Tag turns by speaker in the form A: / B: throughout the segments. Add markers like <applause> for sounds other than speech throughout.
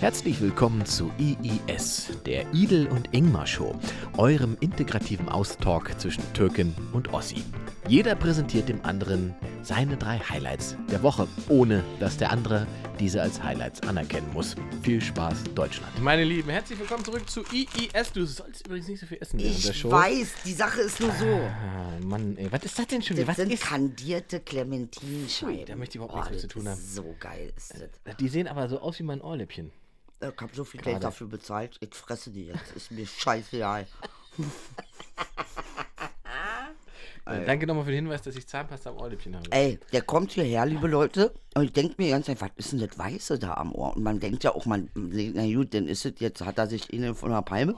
A: Herzlich willkommen zu IIS, der Idel und Ingmar Show, eurem integrativen Austalk zwischen Türken und Ossi. Jeder präsentiert dem anderen seine drei Highlights der Woche, ohne dass der andere diese als Highlights anerkennen muss. Viel Spaß, Deutschland.
B: Meine Lieben, herzlich willkommen zurück zu IIS. Du sollst übrigens nicht so viel essen während der
C: Ich
B: Show.
C: weiß, die Sache ist nur so.
B: Ah, Mann, ey, was ist das denn schon wieder?
C: Das
B: Was
C: sind
B: ist
C: kandierte Clementinscheiben. Oh,
B: Da möchte ich überhaupt nichts mit zu
C: das
B: tun haben.
C: ist So geil ist das.
B: Die sehen aber so aus wie mein Ohrläppchen. Äh,
C: Ich habe so viel Geld dafür bezahlt, ich fresse die jetzt. Ist mir scheißegal.
B: Äh, Danke nochmal für den Hinweis, dass ich Zahnpasta am Ohrläppchen habe.
C: Ey, der kommt hierher, liebe Leute, und ich denke mir ganz einfach, was ist denn das Weiße da am Ohr? Und man denkt ja auch, man, na gut, dann ist es jetzt, hat er sich innen von der Palme.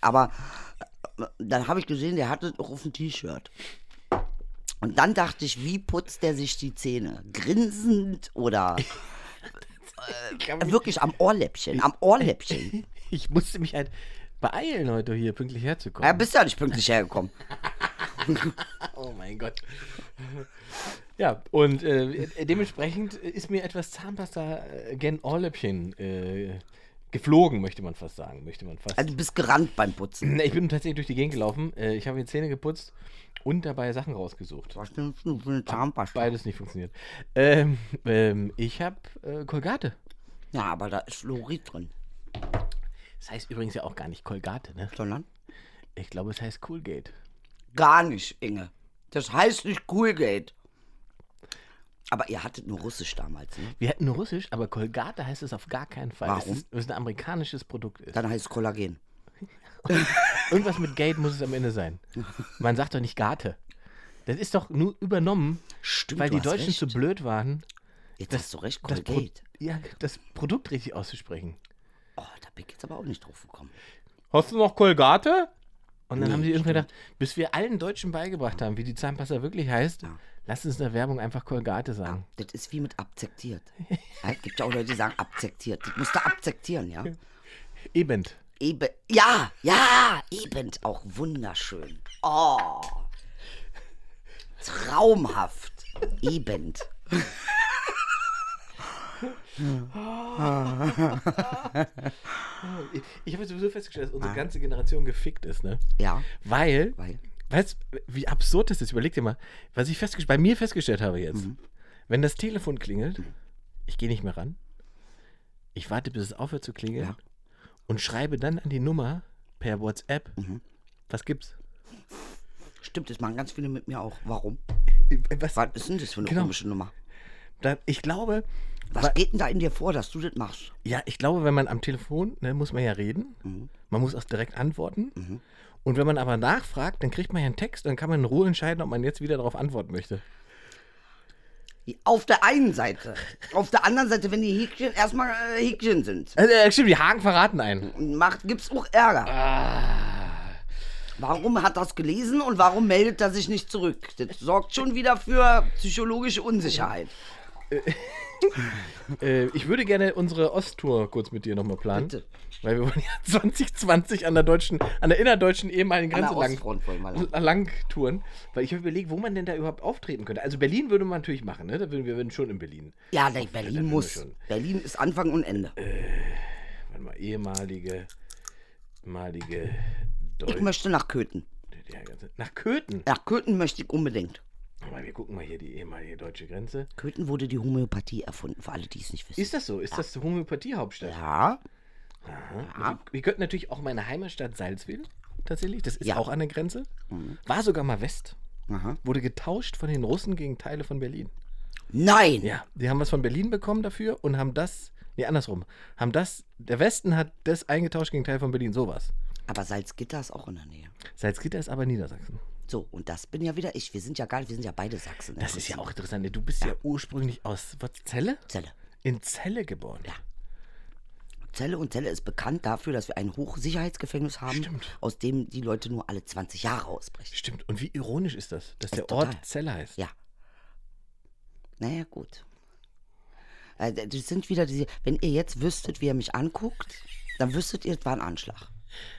C: Aber äh, dann habe ich gesehen, der hatte es auch auf dem T-Shirt. Und dann dachte ich, wie putzt der sich die Zähne? Grinsend oder
B: Ich,
C: Äh, Wirklich am Ohrläppchen, am <laughs> Ohrläppchen.
B: ich musste mich halt beeilen, heute hier pünktlich
C: Ja,
B: herzukommen.
C: bist ja nicht pünktlich hergekommen.
B: Oh mein Gott. Ja, und äh, dementsprechend ist mir etwas Zahnpasta äh, gen Ohrläppchen äh, geflogen, möchte man fast sagen. Möchte man fast.
C: Also du bist gerannt beim Putzen.
B: Na, ich bin tatsächlich durch die Gegend gelaufen. Äh, Ich habe mir Zähne geputzt und dabei Sachen rausgesucht.
C: Was nimmst du für eine Zahnpasta?
B: Beides nicht funktioniert. Ähm, ähm, ich habe äh, Kolgate.
C: Ja, aber da ist Fluorid drin,
B: Das heißt übrigens ja auch gar nicht Kolgate, ne?
C: sondern
B: Ich glaube, es heißt Colgate.
C: gar nicht, Inge. Das heißt nicht Coolgate. Aber ihr hattet nur Russisch damals, ne?
B: Wir hätten Russisch, aber Kolgate heißt es auf gar keinen Fall.
C: Warum?
B: Es ist, es ist ein amerikanisches Produkt. Ist.
C: Dann heißt es Kollagen.
B: Irgendwas mit Gate muss es am Ende sein. Man sagt doch nicht Garte. Das ist doch nur übernommen,
C: Stimmt,
B: weil
C: du
B: die
C: hast
B: Deutschen
C: recht.
B: zu blöd waren,
C: Jetzt hast du recht,
B: das, Pro
C: Colgate.
B: ja, das Produkt richtig auszusprechen.
C: Oh, da bin ich jetzt aber auch nicht drauf gekommen.
B: Hast du noch Kolgate? Und dann haben sie irgendwann gedacht, bis wir allen Deutschen beigebracht haben, wie die Zahnpasta wirklich heißt,
C: Ja.
B: lass uns in der Werbung einfach Kolgate sagen.
C: Das ist wie
B: <laughs>
C: mit abzektiert. Ja, Es gibt ja auch Leute, die sagen abzektiert. Das musst du abzektieren, ja?
B: Eben.
C: Eben. Ja, ja, eben. Auch wunderschön. Oh. Traumhaft. Eben.
B: Ich, ich habe sowieso festgestellt, dass unsere ganze Generation gefickt ist, ne?
C: Ja,
B: Weil,
C: Ah. weil.
B: weißt du, wie absurd das ist? Überleg dir mal, was ich festgest- bei mir festgestellt habe jetzt. Wenn das Telefon klingelt, ich gehe nicht mehr ran. Ich warte, bis es aufhört zu klingeln
C: Ja.
B: und schreibe dann an die Nummer per WhatsApp. Was gibt's?
C: Stimmt, das machen ganz viele mit mir auch. Warum?
B: Äh, Was,
C: Was ist denn das für eine
B: Genau.
C: komische Nummer?
B: da, ich glaube,
C: Was
B: Weil-
C: geht denn da in dir vor, dass du das machst?
B: Ja, ich glaube, wenn man am Telefon, ne, muss man ja reden. Man muss auch direkt antworten. Und wenn man aber nachfragt, dann kriegt man ja einen Text, dann kann man in Ruhe entscheiden, ob man jetzt wieder darauf antworten möchte.
C: Auf der einen Seite. Auf der anderen Seite, wenn die Häkchen erstmal äh, Häkchen sind.
B: Also, äh, stimmt, die Haken verraten einen.
C: Macht, gibt's auch Ärger. Warum hat das gelesen und warum meldet er sich nicht zurück? Das sorgt schon wieder für psychologische Unsicherheit.
B: Äh, ich würde gerne unsere Osttour kurz mit dir nochmal planen.
C: Bitte.
B: Weil wir wollen ja <laughs> 2020 an der deutschen, an der innerdeutschen ehemaligen
C: An der
B: Grenze lang, äh,
C: Ostfront wollen wir lang.
B: lang touren. Weil ich habe überlegt, wo man denn da überhaupt auftreten könnte. Also Berlin würde man natürlich machen, ne? Da würden, wir würden schon in Berlin.
C: Ja, nein, Berlin
B: wir
C: muss.
B: schon. Äh,
C: Berlin ist Anfang und Ende.
B: Warte mal, ehemalige, ehemalige
C: Ich
B: Deutsche.
C: möchte nach Köthen.
B: Ja, ganz- Nach Köthen.
C: Nach Köthen möchte ich unbedingt.
B: Aber wir gucken mal hier die ehemalige deutsche Grenze.
C: Köthen wurde die Homöopathie erfunden, für alle, die es nicht wissen.
B: Ist das so? Ist das die Homöopathie-Hauptstadt?
C: ja,
B: Wir, wir könnten natürlich auch meine Heimatstadt Salzwedel, tatsächlich. Das ist
C: Ja. Mhm.
B: auch an der Grenze. War sogar mal West.
C: Aha.
B: Wurde getauscht von den Russen gegen Teile von Berlin.
C: nein.
B: Ja, die haben was von Berlin bekommen dafür und haben das, nee, andersrum, haben das, der Westen hat das eingetauscht gegen Teile von Berlin, sowas.
C: Aber Salzgitter ist auch in der Nähe.
B: Salzgitter ist aber Niedersachsen.
C: So, und das bin ja wieder ich. Wir sind ja gar wir sind ja beide Sachsen. im
B: Das ist ja
C: Prinzip.
B: auch interessant. ne? Du bist ja, ursprünglich aus, was, Zelle?
C: Zelle.
B: In Zelle geboren. Ja.
C: Zelle und Zelle ist bekannt dafür, dass wir ein Hochsicherheitsgefängnis haben,
B: Stimmt.
C: aus dem die Leute nur alle 20 Jahre ausbrechen.
B: Stimmt. Und wie ironisch ist das, dass der
C: total.
B: Ort Zelle heißt?
C: Ja. Naja, gut. Äh, Das sind wieder diese. Wenn ihr jetzt wüsstet, wie er mich anguckt, dann wüsstet ihr, es war ein Anschlag.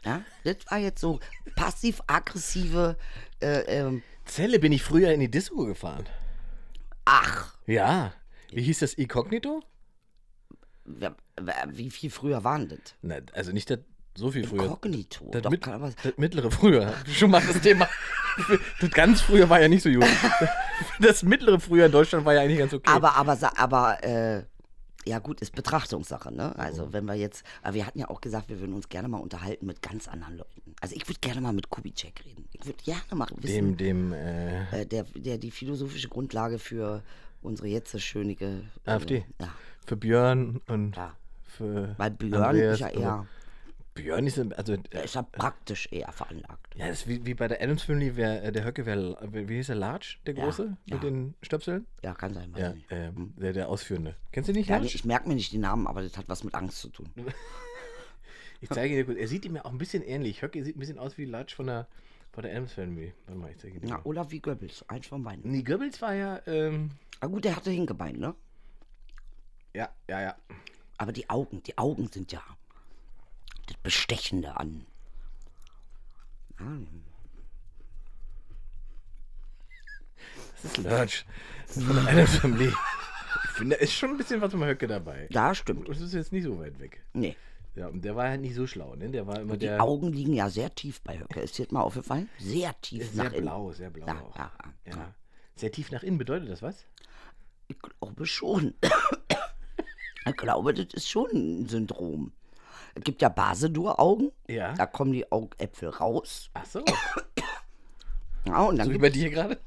C: Ja? Das war jetzt so passiv-aggressive. Äh, ähm,
B: Zelle bin ich früher in die Disco gefahren.
C: ach,
B: Ja. Wie hieß das? Inkognito?
C: wer- wer- wie viel früher waren das?
B: Na, also nicht das so viel früher.
C: Kognito.
B: Das,
C: Doch,
B: mit,
C: kann aber,
B: das mittlere
C: <laughs>
B: früher. Schon mal das Thema. Das ganz früher war ja nicht so
C: <laughs>
B: gut. Das mittlere früher in Deutschland war ja eigentlich ganz okay.
C: aber, aber, sa- aber, äh, ja gut, ist Betrachtungssache, ne?
B: Mhm.
C: Also wenn wir jetzt, aber wir hatten ja auch gesagt, wir würden uns gerne mal unterhalten mit ganz anderen Leuten. Also ich würde gerne mal mit Kubitschek reden. Ich würde gerne mal
B: dem,
C: wissen,
B: dem, äh,
C: äh, der, der die philosophische Grundlage für unsere jetzt so schönige äh,
B: AfD.
C: Ja,
B: für Björn und
C: klar.
B: für.
C: Weil Björn
B: Andreas
C: ist ja
B: und-
C: eher,
B: Björn ist ja- also.
C: der ist ja praktisch eher veranlagt.
B: Ja, das ist wie, wie bei der Adams Family, wär, äh, der Höcke wäre, wie hieß er, Large, der
C: Ja,
B: Große, mit
C: ja. Hm.
B: den Stöpseln?
C: Ja, kann sein. Weiß
B: Ja,
C: nicht.
B: äh, der, der Ausführende. Kennst du nicht,
C: Ja, nee,
B: Large?
C: ich merke mir nicht die Namen, aber das hat was mit Angst zu tun.
B: Ich zeige dir kurz. Er sieht ihm ja auch ein bisschen ähnlich. Höcke sieht ein bisschen aus wie Large von der, von der Adams Family. Warte mal, ich zeige dir.
C: Na,
B: mal.
C: Olaf wie Goebbels, eins von beiden.
B: Nee, Goebbels war ja, ähm,
C: Ah gut, der hatte Hinkebein, ne?
B: ja, ja, ja.
C: Aber die Augen, die Augen sind ja das Bestechende an. Ah,
B: Das ist Large. Das ist von der Adams Family. Ich finde, da ist schon ein bisschen was vom Höcke dabei.
C: da stimmt.
B: Das ist jetzt nicht so weit weg.
C: Nee.
B: Ja, und der war halt nicht so schlau, ne? Der war immer
C: Die
B: der.
C: Augen liegen ja sehr tief bei Höcke. Ist dir das mal aufgefallen? Sehr tief
B: sehr
C: nach innen.
B: blau, sehr blau.
C: Ja,
B: auch.
C: ja, ja.
B: ja. Sehr tief nach innen bedeutet das was?
C: Ich glaube schon. <coughs> ich glaube, das ist schon ein Syndrom. Es gibt ja Basedur-Augen.
B: Ja.
C: Da kommen die Augäpfel raus.
B: Ach so.
C: Ja, und
B: <laughs>
C: dann
B: So wie bei dir gerade?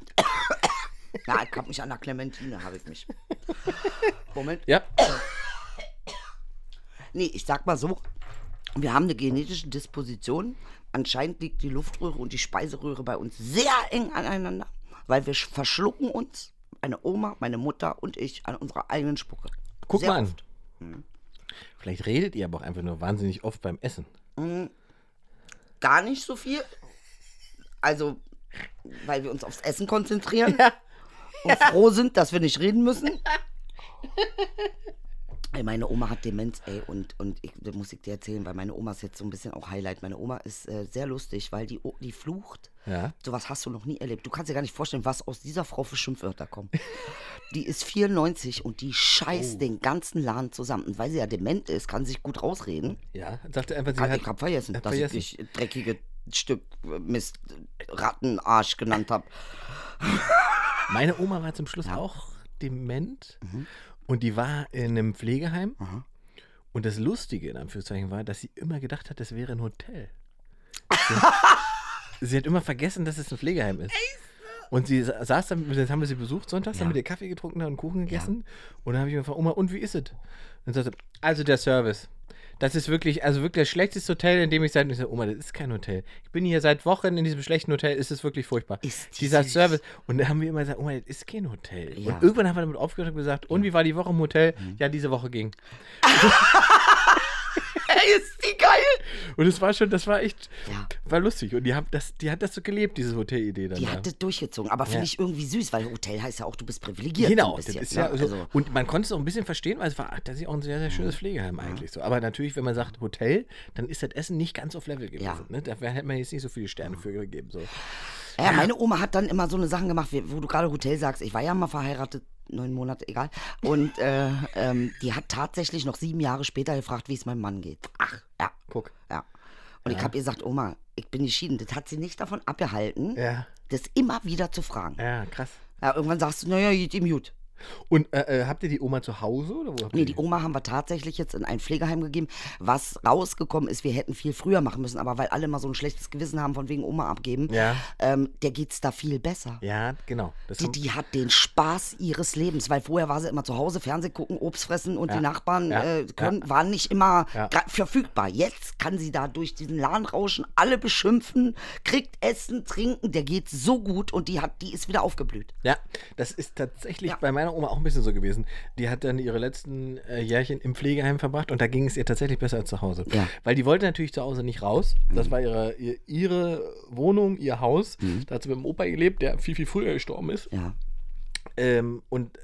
C: Ja, ich hab mich an der Clementine, habe ich
B: <laughs>
C: mich. Moment.
B: Ja.
C: Nee, ich sag mal so, wir haben eine genetische Disposition. Anscheinend liegt die Luftröhre und die Speiseröhre bei uns sehr eng aneinander, weil wir sch- verschlucken uns, meine Oma, meine Mutter und ich, an unserer eigenen Spucke.
B: Guck
C: Sehr
B: mal an.
C: oft.
B: Hm. Vielleicht redet ihr aber auch einfach nur wahnsinnig oft beim Essen.
C: Gar nicht so viel. Also, weil wir uns aufs Essen konzentrieren und froh sind, dass wir nicht reden müssen. Ey, meine Oma hat Demenz, ey, und, und ich, das muss ich dir erzählen, weil meine Oma ist jetzt so ein bisschen auch Highlight. Meine Oma ist äh, sehr lustig, weil die, O- die flucht.
B: Ja.
C: Sowas hast du noch nie erlebt. Du kannst dir gar nicht vorstellen, was aus dieser Frau für Schimpfwörter kommen. Die ist 94 und die scheißt den ganzen Laden zusammen. Und weil sie ja dement ist, kann sie sich gut rausreden.
B: Ja. Sagte einfach, sie
C: Ah,
B: hat.
C: ich hab vergessen,
B: hat
C: dass
B: äh, vergessen.
C: ich dich dreckige Stück äh, Mist Rattenarsch
B: <laughs>
C: genannt habe.
B: Meine Oma war zum Schluss auch dement
C: Mhm.
B: und die war in einem Pflegeheim. Und das Lustige in Anführungszeichen war, dass sie immer gedacht hat, das wäre ein Hotel.
C: <laughs>
B: Sie, sie hat immer vergessen, dass es ein Pflegeheim ist. Und sie sa- saß dann, jetzt haben wir sie besucht sonntags, haben wir ihr Kaffee getrunken und Kuchen gegessen. Und dann habe ich mir gefragt, Oma, und wie ist es? Und sagte, also der Service. Das ist wirklich, also wirklich das schlechteste Hotel, in dem ich seit. Und ich so, Oma, das ist kein Hotel. Ich bin hier seit Wochen in diesem schlechten Hotel, es ist wirklich furchtbar.
C: Ist die
B: Dieser
C: süß.
B: Service. Und dann haben wir immer gesagt, Oma, das ist kein Hotel.
C: Ja. Mhm.
B: Und irgendwann haben wir damit aufgehört und gesagt, und wie war die Woche im Hotel? Ja, diese Woche ging.
C: Ey, ist die geil!
B: Und es war schon, das war echt,
C: Ja.
B: war lustig. Und die, haben das, die hat das so gelebt, diese Hotelidee dann.
C: Die
B: da.
C: hat das durchgezogen, aber finde
B: Ja.
C: ich irgendwie süß, weil Hotel heißt ja auch, du bist privilegiert.
B: Genau,
C: so ein bisschen,
B: das ist ja,
C: ne?
B: so,
C: also, Mhm.
B: und man konnte es auch ein bisschen verstehen, weil es war tatsächlich auch ein sehr, sehr schönes Pflegeheim eigentlich so. Aber natürlich, wenn man sagt Hotel, dann ist das Essen nicht ganz auf Level gewesen.
C: Ja.
B: Ne? Da wär- hätte man jetzt nicht so viele Sterne für gegeben. So.
C: ja, meine Oma hat dann immer so eine Sachen gemacht, wie- wo du gerade Hotel sagst. Ich war ja mal verheiratet, neun Monate, egal. Und äh, ähm, die hat tatsächlich noch sieben Jahre später gefragt, wie es meinem Mann geht. Ach, ja,
B: Guck.
C: ja. Und ich habe ihr gesagt, Oma, ich bin geschieden. Das hat sie nicht davon abgehalten,
B: Ja,
C: das immer wieder zu fragen.
B: ja, krass.
C: Ja, irgendwann sagst du, naja, geht ihm gut.
B: Und äh, äh, habt ihr die Oma zu Hause? Oder wo habt
C: Nee,
B: ihr
C: die Oma haben wir tatsächlich jetzt in ein Pflegeheim gegeben. Was rausgekommen ist, wir hätten viel früher machen müssen, aber weil alle mal so ein schlechtes Gewissen haben von wegen Oma abgeben,
B: Ja.
C: ähm, der geht's da viel besser.
B: Ja, genau. Das
C: Die,
B: haben-
C: die hat den Spaß ihres Lebens, weil vorher war sie immer zu Hause, Fernsehen gucken, Obst fressen und
B: Ja.
C: die Nachbarn
B: Ja.
C: äh, können, waren nicht immer
B: Ja.
C: gra- verfügbar. Jetzt kann sie da durch diesen Laden rauschen, alle beschimpfen, kriegt Essen, Trinken, der geht so gut und die hat, die ist wieder aufgeblüht.
B: Ja, das ist tatsächlich
C: Ja.
B: bei meiner Oma auch ein bisschen so gewesen. Die hat dann ihre letzten äh, Jährchen im Pflegeheim verbracht und da ging es ihr tatsächlich besser als zu Hause.
C: Ja. Mhm.
B: Weil die wollte natürlich zu Hause nicht raus. Das war ihre, ihr, ihre Wohnung, ihr Haus. Da hat sie mit dem Opa gelebt, der viel, viel früher gestorben ist.
C: Ja.
B: Ähm, und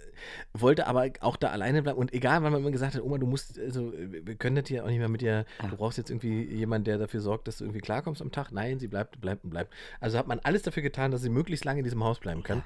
B: wollte aber auch da alleine bleiben. Und egal, wann man immer gesagt hat, Oma, du musst, also wir können das hier auch nicht mehr mit dir, du brauchst jetzt irgendwie jemanden, der dafür sorgt, dass du irgendwie klarkommst am Tag. Nein, sie bleibt, bleibt und bleibt. Also hat man alles dafür getan, dass sie möglichst lange in diesem Haus bleiben kann.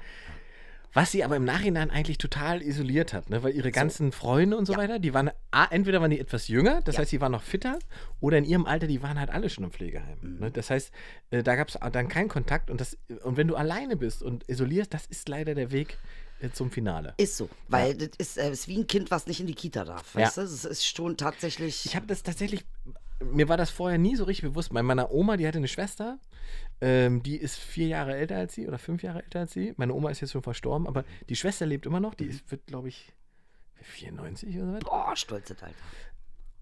B: Was sie aber im Nachhinein eigentlich total isoliert hat, ne? weil ihre ganzen Freunde und so weiter, die waren, ah, entweder waren die etwas jünger, das heißt, die waren noch fitter, oder in ihrem Alter, die waren halt alle schon im Pflegeheim. Ne? Das heißt, äh, da gab es dann keinen Kontakt und, das, und wenn du alleine bist und isolierst, das ist leider der Weg äh, zum Finale.
C: Ist so, weil das ist, äh, ist wie ein Kind, was nicht in die Kita darf. Weißt du, es ist schon tatsächlich.
B: Ich habe das tatsächlich, mir war das vorher nie so richtig bewusst. Bei meiner Oma, die hatte eine Schwester, ähm, die ist vier Jahre älter als sie oder fünf Jahre älter als sie. Meine Oma ist jetzt schon verstorben, aber die Schwester lebt immer noch. Die ist, wird, glaube ich, 94 oder so. was.
C: boah, stolz das Alter.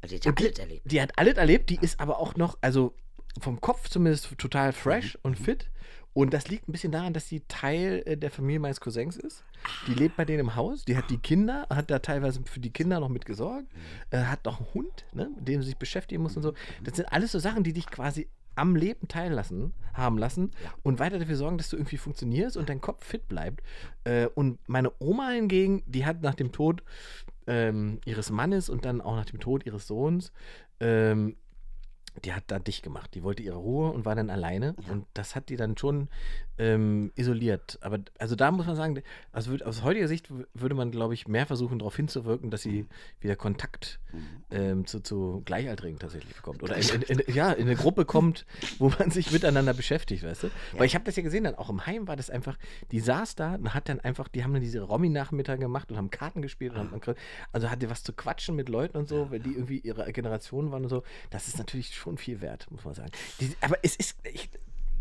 C: Also, ich habe alles erlebt.
B: Die hat alles erlebt, die ist aber auch noch, also vom Kopf zumindest total fresh und fit. Und das liegt ein bisschen daran, dass sie Teil äh, der Familie meines Cousins ist. Die lebt bei denen im Haus, die hat die Kinder, hat da teilweise für die Kinder noch mitgesorgt, äh, hat noch einen Hund, ne, mit dem sie sich beschäftigen muss und so. Das sind alles so Sachen, die dich quasi am Leben teillassen, haben lassen und weiter dafür sorgen, dass du irgendwie funktionierst und dein Kopf fit bleibt. Äh, und meine Oma hingegen, die hat nach dem Tod ähm, ihres Mannes und dann auch nach dem Tod ihres Sohns ähm, die hat da dicht gemacht. Die wollte ihre Ruhe und war dann alleine. Und das hat die dann schon ähm, isoliert. Aber also da muss man sagen, also würd, aus heutiger Sicht w- würde man, glaube ich, mehr versuchen, darauf hinzuwirken, dass sie wieder Kontakt ähm, zu, zu Gleichaltrigen tatsächlich bekommt. Oder in, in, in, ja, in eine Gruppe kommt, wo man sich miteinander beschäftigt, weißt du? Weil ich habe das ja gesehen, dann auch im Heim war das einfach, die saß da und hat dann einfach, die haben dann diese Romy-Nachmittage gemacht und haben Karten gespielt und haben, also hatte was zu quatschen mit Leuten und so, weil die irgendwie ihrer Generation waren und so. Das ist natürlich schon viel wert, muss man sagen. Die, aber es ist, ich,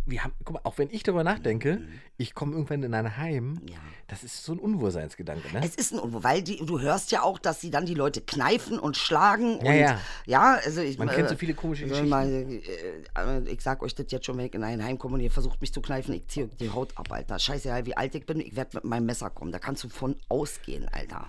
B: wir haben, guck mal, auch wenn ich darüber nachdenke, ich komme irgendwann in ein Heim,
C: Ja.
B: das ist so ein Unwohlseinsgedanke, ne?
C: Es ist ein Unwohl, weil die, du hörst ja auch, dass sie dann die Leute kneifen und schlagen.
B: Ja,
C: und,
B: ja.
C: ja, also ich
B: Man kennt so viele komische
C: wenn
B: Geschichten.
C: man, äh, äh, ich sag euch das jetzt schon, wenn ich in ein Heim komme und ihr versucht mich zu kneifen, ich ziehe die Haut ab, Alter. Scheiße, wie alt ich bin, ich werde mit meinem Messer kommen. Da kannst du von ausgehen, Alter.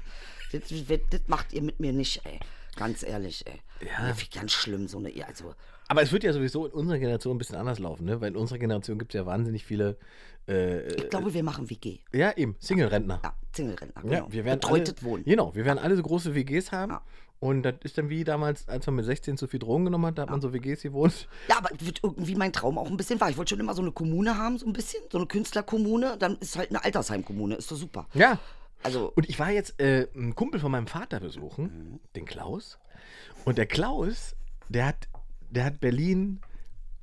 C: Das, das, das macht ihr mit mir nicht, ey. Ganz ehrlich, ey.
B: Ja.
C: Mir fiel ganz schlimm, so eine. Also,
B: Aber es wird ja sowieso in unserer Generation ein bisschen anders laufen, ne? Weil in unserer Generation gibt es ja wahnsinnig viele, äh,
C: ich glaube, wir machen WG.
B: ja eben, Single-Rentner.
C: Ja, Single-Rentner,
B: Ja,
C: genau.
B: wir werden
C: Betreutet
B: alle,
C: wohnen.
B: Genau, wir werden alle so große WGs haben.
C: Ja.
B: Und das ist dann wie damals, als man mit 16 zu viel Drogen genommen hat, da hat man so WGs gewohnt.
C: Ja, aber es wird irgendwie mein Traum auch ein bisschen wahr. Ich wollte schon immer so eine Kommune haben, so ein bisschen, so eine Künstlerkommune. Dann ist halt eine Altersheimkommune, ist doch super.
B: Ja.
C: Also,
B: Und ich war jetzt äh, einen Kumpel von meinem Vater besuchen, den Klaus. Und der Klaus, der hat, der hat Berlin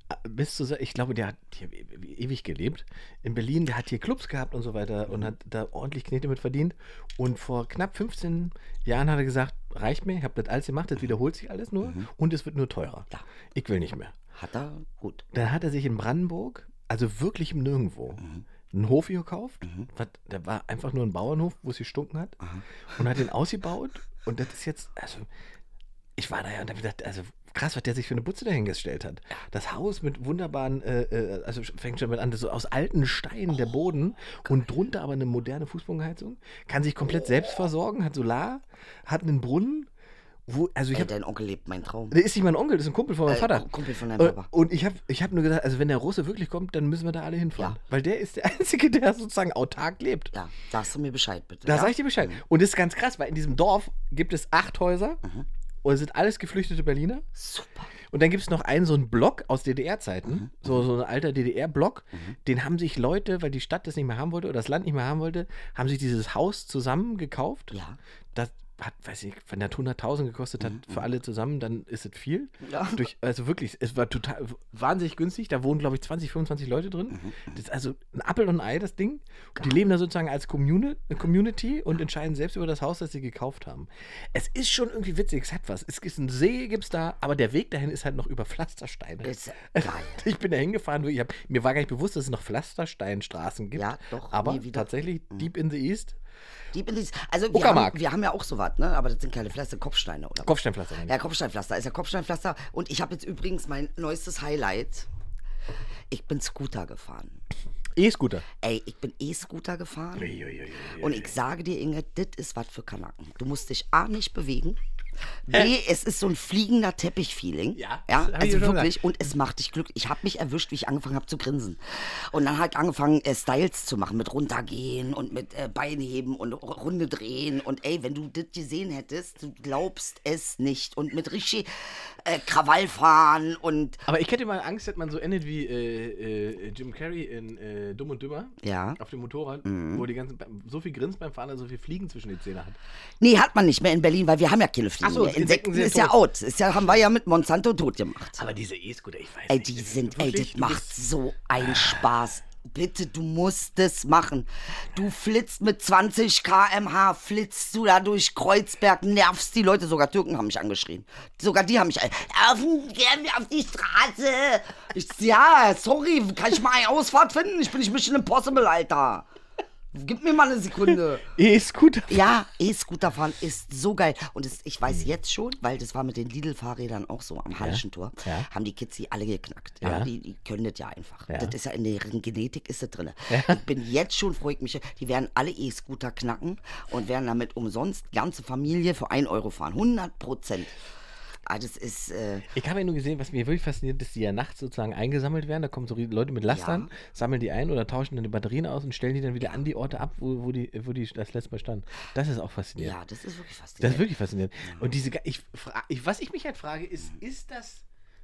B: äh, bis zu, se- ich glaube, der hat hier e- e- ewig gelebt. In Berlin, der hat hier Clubs gehabt und so weiter und hat da ordentlich Knete mit verdient. Und vor knapp 15 Jahren hat er gesagt, reicht mir, ich habe das alles gemacht, das wiederholt sich alles nur und es wird nur teurer.
C: Ja.
B: Ich will nicht mehr.
C: hat er gut.
B: Dann hat er sich in Brandenburg, also wirklich im Nirgendwo, einen Hof gekauft. Was, da war einfach nur ein Bauernhof, wo es gestunken hat. Und hat den ausgebaut. Und das ist jetzt, also, ich war da ja und hab gedacht, also krass, was der sich für eine Butze dahingestellt hat. Das Haus mit wunderbaren, äh, äh, also fängt schon mit an, das so aus alten Steinen der Boden und drunter aber eine moderne Fußbodenheizung. Kann sich komplett selbst versorgen, hat Solar, hat einen Brunnen. Wo, also ich
C: Ey,
B: habe
C: dein Onkel lebt mein Traum.
B: der ist nicht mein Onkel, das ist ein Kumpel von meinem
C: Äh,
B: Vater.
C: Ku- Kumpel von deinem
B: Äh,
C: Papa.
B: Und ich habe ich hab nur gesagt, also wenn der Russe wirklich kommt, dann müssen wir da alle hinfahren.
C: Ja.
B: Weil der ist der <laughs> Einzige, der sozusagen autark lebt.
C: Ja, sagst du mir Bescheid, bitte.
B: Da
C: ja?
B: sag ich dir Bescheid. Und das ist ganz krass, weil in diesem Dorf gibt es acht Häuser
C: Mhm.
B: und es sind alles geflüchtete Berliner.
C: Super.
B: Und dann gibt es noch einen, so einen Block aus DDR-Zeiten,
C: Mhm.
B: so, so ein alter DDR-Block. Den haben sich Leute, weil die Stadt das nicht mehr haben wollte oder das Land nicht mehr haben wollte, haben sich dieses Haus zusammen gekauft.
C: Ja. Mhm.
B: Das hat, weiß ich, wenn das 100.000 gekostet hat für alle zusammen, dann ist es viel.
C: Ja.
B: Durch, also wirklich, es war total wahnsinnig günstig. Da wohnen, glaube ich, 20, 25 Leute
C: Mhm,
B: drin. Das ist also ein Appel und ein Ei, das Ding. Und die leben da sozusagen als Communi Community und entscheiden selbst über das Haus, das sie gekauft haben. Es ist schon irgendwie witzig, es hat was. Es gibt einen See, gibt es da, aber der Weg dahin ist halt noch über Pflastersteine. <laughs>
C: Ist geil.
B: Ich bin da hingefahren, du, ich hab, mir war gar nicht bewusst, dass es noch Pflastersteinstraßen gibt.
C: Ja, doch,
B: aber
C: nie wieder. Mhm.
B: tatsächlich Deep in the East,
C: Die bin ich, also, wir
B: Uckermark.
C: haben, wir haben ja auch sowas, ne? Aber das sind keine Pflaster, Kopfsteine, oder? was?
B: Kopfsteinpflaster. meine ich.
C: Ja, Kopfsteinpflaster ist ja Kopfsteinpflaster. Und ich habe jetzt übrigens mein neuestes Highlight. Ich bin Scooter gefahren.
B: E-Scooter.
C: Ey, ich bin eh E-Scooter gefahren. Und ich sage dir, Inge, das ist was für Kanaken. Du musst dich A nicht bewegen. B, es ist so ein fliegender Teppich-Feeling.
B: Ja, das
C: ja
B: hab ich
C: also
B: dir schon
C: wirklich. Und es macht dich glücklich. Ich habe mich erwischt, wie ich angefangen habe zu grinsen. Und dann halt angefangen, äh, Styles zu machen, mit runtergehen und mit äh, Beinheben und Runde drehen. Und ey, wenn du das gesehen hättest, du glaubst es nicht. Und mit richtig äh, Krawall fahren und
B: Aber ich hätte mal Angst, dass man so endet wie äh, äh, Jim Carrey in äh, Dumm und Dümmer.
C: Ja. Mhm.
B: Auf dem Motorrad, wo die ganzen, so viel grinst beim Fahren, also so viel Fliegen zwischen den Zähnen hat.
C: Nee, hat man nicht mehr in Berlin, weil wir haben ja keine Fliegen
B: Ach so,
C: mehr.
B: Insekten
C: Insekten
B: sind
C: ist ja
B: tot.
C: out. Ist ja, haben wir ja mit Monsanto tot gemacht.
B: Aber diese E-Scooter, ich weiß
C: Ey,
B: nicht.
C: die
B: das ist
C: sind, ey,
B: wirklich-
C: das
B: du
C: macht
B: bist-
C: so einen Spaß. Bitte, du musst es machen. Du flitzt mit 20 km/h, flitzt du da durch Kreuzberg, nervst die Leute. Sogar Türken haben mich angeschrien. Sogar die haben mich ein- auf, den- gehen wir auf die Straße. Ich, ja, sorry, kann ich mal eine Ausfahrt finden? Ich bin nicht Mission Impossible, Alter. Gib mir mal eine Sekunde.
B: E-Scooter.
C: Ja, E-Scooter fahren ist so geil. Und es, ich weiß jetzt schon, weil das war mit den Lidl-Fahrrädern auch so am Hallischen Tor,
B: ja.
C: haben die Kids die alle geknackt. Ja,
B: Ja.
C: Die, die können das ja einfach.
B: Ja.
C: Das ist ja in deren Genetik ist das drin. Ich bin jetzt schon freut mich, die werden alle E-Scooter knacken und werden damit umsonst ganze Familie für 1 Euro fahren. 100 Prozent. Ah, das ist, äh,
B: Ich habe ja nur gesehen, was mir wirklich fasziniert, dass die ja nachts sozusagen eingesammelt werden. Da kommen so rie- Leute mit Lastern, sammeln die ein oder tauschen dann die Batterien aus und stellen die dann wieder an die Orte ab, wo, wo, die, wo die das letzte Mal standen. Das ist auch faszinierend.
C: ja, das ist wirklich faszinierend.
B: Das ist wirklich faszinierend. Und diese, ga- ich, fra- ich, was ich mich halt frage, ist, ist das,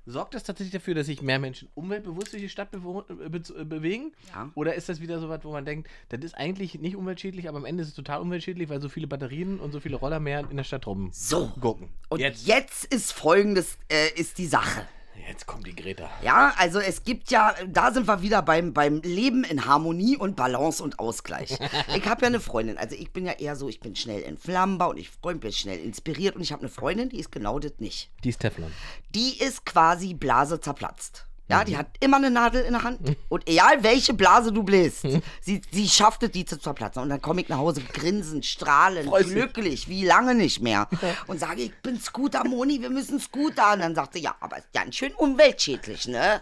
B: sorgt das tatsächlich dafür, dass sich mehr Menschen umweltbewusst durch die Stadt bewo- äh, bez- äh, bewegen?
C: Ja.
B: Oder ist das wieder so was, wo man denkt, das ist eigentlich nicht umweltschädlich, aber am Ende ist es total umweltschädlich, weil so viele Batterien und so viele Roller mehr in der Stadt rum
C: So.
B: gucken.
C: Und
B: jetzt,
C: jetzt, ist folgendes, äh, ist die Sache.
B: jetzt kommt die Greta.
C: Ja, also es gibt ja, da sind wir wieder beim, beim Leben in Harmonie und Balance und Ausgleich. Ich habe ja eine Freundin, also ich bin ja eher so, ich bin schnell entflammbar und ich freu- bin schnell inspiriert und ich habe eine Freundin, die ist genau das nicht.
B: Die ist Teflon.
C: Die ist quasi Blase zerplatzt. Ja,
B: Mhm.
C: die hat immer eine Nadel in der
B: <laughs>
C: Hand und egal welche Blase du bläst, sie, sie schafft es, die zu zerplatzen. Und dann komme ich nach Hause grinsend, strahlend,
B: Freut sich.
C: glücklich, wie lange
B: <laughs>
C: nicht mehr. Und sage, ich bin Scooter, Moni, wir müssen Scooter. Und dann sagt sie, ja, aber ist ganz schön umweltschädlich, ne?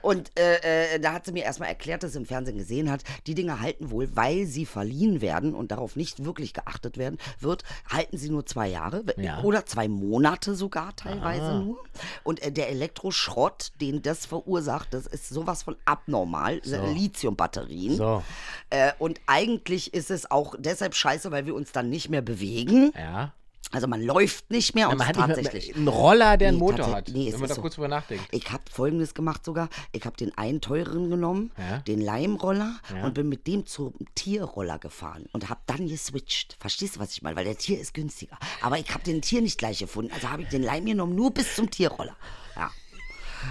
C: Und äh, äh, da hat sie mir erstmal erklärt, dass sie im Fernsehen gesehen hat, die Dinge halten wohl, weil sie verliehen werden und darauf nicht wirklich geachtet werden wird, halten sie nur zwei Jahre we-
B: Ja.
C: oder zwei Monate sogar teilweise
B: Ah.
C: nur. Und äh, der Elektroschrott, den das verursacht, das ist sowas von abnormal. äh, Lithiumbatterien.
B: So.
C: Äh, und eigentlich ist es auch deshalb scheiße, weil wir uns dann nicht mehr bewegen.
B: Ja.
C: Also man läuft nicht mehr und
B: man
C: es
B: hat
C: tatsächlich.
B: nicht mehr, einen Roller, der einen
C: Nee,
B: Motor
C: tatsä-
B: hat.
C: nee, es
B: wenn man
C: ist
B: da
C: so.
B: kurz drüber nachdenkt.
C: Ich habe folgendes gemacht sogar. Ich habe den einen teureren genommen,
B: Ja.
C: den Leimroller
B: Ja.
C: und bin mit dem zum Tierroller gefahren und habe dann geswitcht. Verstehst du, was ich meine? Weil der Tier ist günstiger. Aber ich habe den Tier nicht gleich gefunden. Also habe ich den Leim genommen, nur bis zum Tierroller. Ja.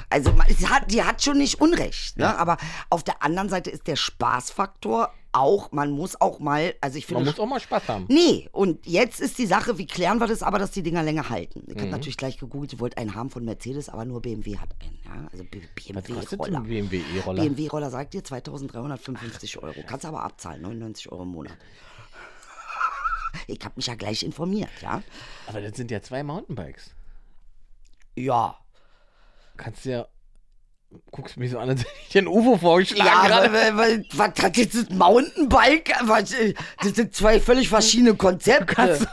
C: Also man- es hat, die hat schon nicht Unrecht. Ne? Aber auf der anderen Seite ist der Spaßfaktor auch, man muss auch mal, also ich finde
B: Man muss auch mal Spaß haben.
C: Nee, und jetzt ist die Sache, wie klären wir das aber, dass die Dinger länger halten? Ich habe
B: Mhm.
C: natürlich gleich gegoogelt, ich wollte einen haben von Mercedes, aber nur BMW hat einen. Ja? Also
B: kostet so
C: BMW-Roller.
B: ein BMW E-Roller?
C: BMW-Roller sagt dir 2355 Euro. Kannst aber abzahlen, 99 Euro im Monat. Ich habe mich ja gleich informiert, ja?
B: Aber das sind ja zwei Mountainbikes.
C: Ja.
B: Kannst du ja. Guckst mich so an, als hätte ich dir ein UFO vorgeschlagen
C: Ja,
B: gerade.
C: aber wa- wa- was hat jetzt das Mountainbike? Was, äh, das sind zwei völlig verschiedene Konzepte.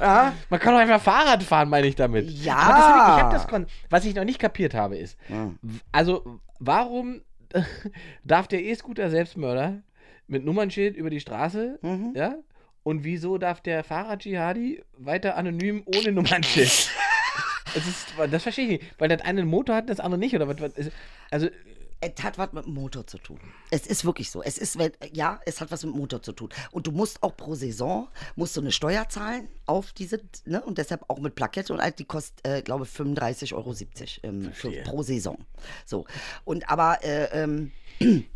C: Ja?
B: Man kann doch einfach Fahrrad fahren, meine ich damit.
C: Ja.
B: Aber das hab ich, ich hab das kon- was ich noch nicht kapiert habe, ist, w- also warum <laughs> darf der E-Scooter Selbstmörder mit Nummernschild über die Straße,
C: Mhm.
B: ja? Und wieso darf der Fahrrad-Jihadi weiter anonym ohne
C: <laughs>
B: Nummernschild? das, ist, das verstehe ich nicht, weil das eine einen Motor hat, das andere nicht, oder was? was ist- also,
C: Es hat was mit dem Motor zu tun. Es ist wirklich so. Es ist, wenn- ja, es hat was mit dem Motor zu tun. Und du musst auch pro Saison, musst du eine Steuer zahlen auf diese, ne? Und deshalb auch mit Plakette und all, die kostet, äh, glaube 35,70 Euro ähm, für, pro Saison. So. Und aber, äh, ähm, <clears throat>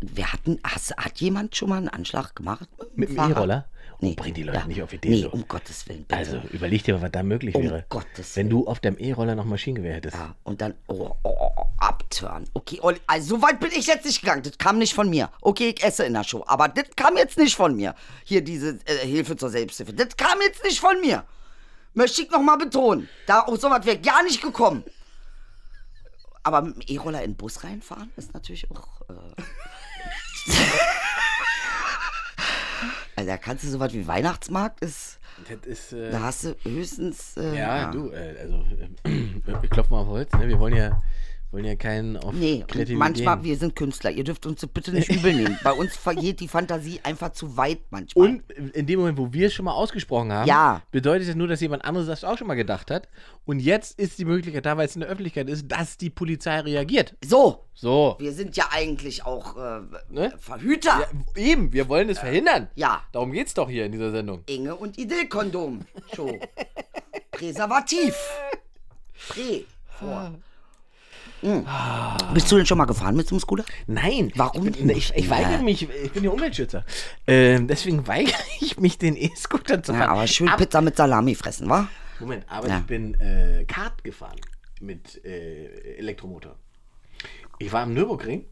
C: wir hatten, hast, hat jemand schon mal einen Anschlag gemacht?
B: Mit dem
C: Fahrrad?
B: E-Roller? Oh, bringt die Leute nicht auf Ideen
C: Nee,
B: so.
C: um Gottes Willen. Bitte.
B: also überleg dir mal, was da möglich
C: Um
B: wäre.
C: Gottes
B: Wenn du auf deinem E-Roller noch Maschinengewehr hättest.
C: Ja, und dann oh, oh, oh, oh, abtören. Okay, und also so weit bin ich jetzt nicht gegangen. Das kam nicht von mir. Okay, ich esse in der Show, aber das kam jetzt nicht von mir. Hier diese äh, Hilfe zur Selbsthilfe. Das kam jetzt nicht von mir. Möchte ich nochmal betonen. Da auf sowas wäre gar nicht gekommen. Aber mit dem E-Roller in den Bus reinfahren ist natürlich auch. Äh <laughs> also da kannst du sowas wie Weihnachtsmarkt ist.
B: Das ist. Äh,
C: Da hast du höchstens. Äh,
B: ja, du, äh, also, äh, <clears throat> klopf mal auf Holz, ne? Wir wollen ja, wollen ja keinen auf
C: Nee,
B: kreative
C: manchmal,
B: Ideen.
C: wir sind Künstler. Ihr dürft uns das bitte nicht übel nehmen. Bei uns vergeht die Fantasie einfach zu weit manchmal.
B: Und in dem Moment, wo wir es schon mal ausgesprochen haben,
C: Ja.
B: bedeutet das nur, dass jemand anderes das auch schon mal gedacht hat. Und jetzt ist die Möglichkeit da, weil es in der Öffentlichkeit ist, dass die Polizei reagiert.
C: So,
B: So.
C: wir sind ja eigentlich auch äh,
B: Ne?
C: Verhüter.
B: Ja, eben, wir wollen es verhindern.
C: Ja.
B: Darum geht's doch hier in dieser Sendung.
C: Inge und Idyllkondom. Show. Präservativ. Prä. Vor. Hm. Bist du denn schon mal gefahren mit zum Scooter?
B: Nein.
C: Warum
B: Ich, bin, ne,
C: nicht?
B: ich, ich weigere mich, ich bin ja Umweltschützer. Ähm, deswegen weigere <laughs> ich mich, den E-Scooter zu fahren.
C: Ja, aber schön
B: Ab-
C: Pizza mit Salami fressen, wa?
B: Moment, aber
C: Ja.
B: ich bin äh, Kart gefahren mit äh, Elektromotor. Ich war am Nürburgring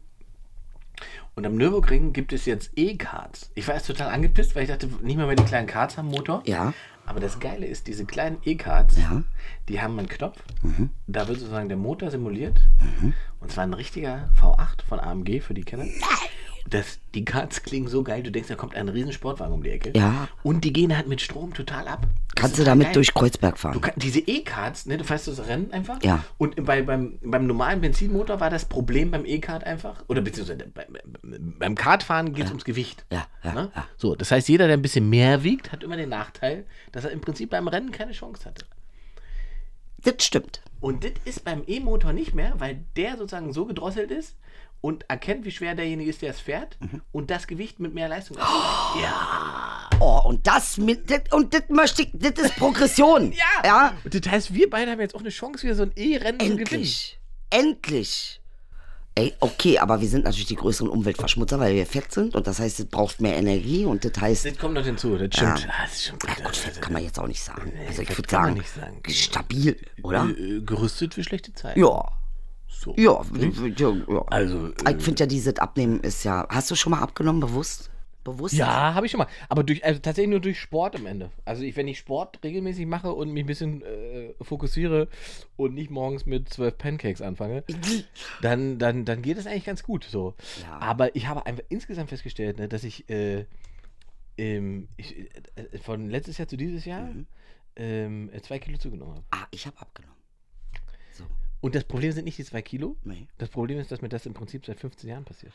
B: und am Nürburgring gibt es jetzt E-Karts. Ich war erst total angepisst, weil ich dachte, nicht mal mehr die kleinen Karts haben Motor.
C: Ja.
B: Aber das Geile ist, diese kleinen E-Karts, die haben einen Knopf,
C: Mhm.
B: da wird sozusagen der Motor simuliert. Und zwar ein richtiger V8 von AMG für die Kenner. Das, die Karts klingen so geil, du denkst, da kommt ein riesen Sportwagen um die Ecke.
C: Ja.
B: Und die gehen halt mit Strom total ab. Das
C: Kannst
B: ist
C: du
B: total
C: damit
B: geil.
C: durch Kreuzberg
B: Du
C: fahren?
B: kann, diese E-Cards, ne, du fährst das Rennen einfach.
C: Ja.
B: Und bei, beim, beim normalen Benzinmotor war das Problem beim E-Card einfach, oder beziehungsweise bei, bei- beim Kartfahren geht es ums Gewicht.
C: Ja, ja,
B: ne?
C: ja.
B: So, das heißt, jeder, der ein bisschen mehr wiegt, hat immer den Nachteil, dass er im Prinzip beim Rennen keine Chance hatte.
C: Das stimmt.
B: Und das ist beim E-Motor nicht mehr, weil der sozusagen so gedrosselt ist und erkennt, wie schwer derjenige ist, der es fährt, und das Gewicht mit mehr Leistung. ausgleicht. ja.
C: Oh, und das mit. Das, und das möchte ich. Das ist
B: <laughs>
C: Progression. ja.
B: Und das heißt, wir beide haben jetzt auch eine Chance, wieder so ein E-Rennen zu gewinnen.
C: Endlich. Endlich. Ey, okay, aber wir sind natürlich die größeren Umweltverschmutzer, weil wir fett sind und das heißt, es braucht mehr Energie und das heißt,
B: Das kommt noch hinzu, das stimmt. Ja. das ist schon gut.
C: gut, fett kann man jetzt auch nicht sagen. Also ich
B: fett
C: würde
B: kann man
C: sagen,
B: nicht sagen. genau.
C: stabil, oder?
B: Äh, äh, gerüstet für schlechte Zeiten.
C: Ja,
B: So.
C: ja, ja, ja.
B: Also,
C: ich finde ja, dieses Abnehmen ist ja. Hast du schon mal abgenommen, bewusst? Bewusst?
B: Ja, habe ich schon mal. Aber durch, also tatsächlich nur durch Sport am Ende. Also ich, wenn ich Sport regelmäßig mache und mich ein bisschen äh, fokussiere und nicht morgens mit zwölf Pancakes anfange, dann, dann, dann geht es eigentlich ganz gut so.
C: Ja.
B: Aber ich habe einfach insgesamt festgestellt, ne, dass ich, äh, ähm, ich äh, von letztes Jahr zu dieses Jahr
C: Mhm.
B: ähm, äh, zwei Kilo zugenommen habe.
C: Ah, ich habe abgenommen. So,
B: Und das Problem sind nicht die zwei Kilo.
C: nee.
B: Das Problem ist, dass mir das im Prinzip seit 15 Jahren passiert.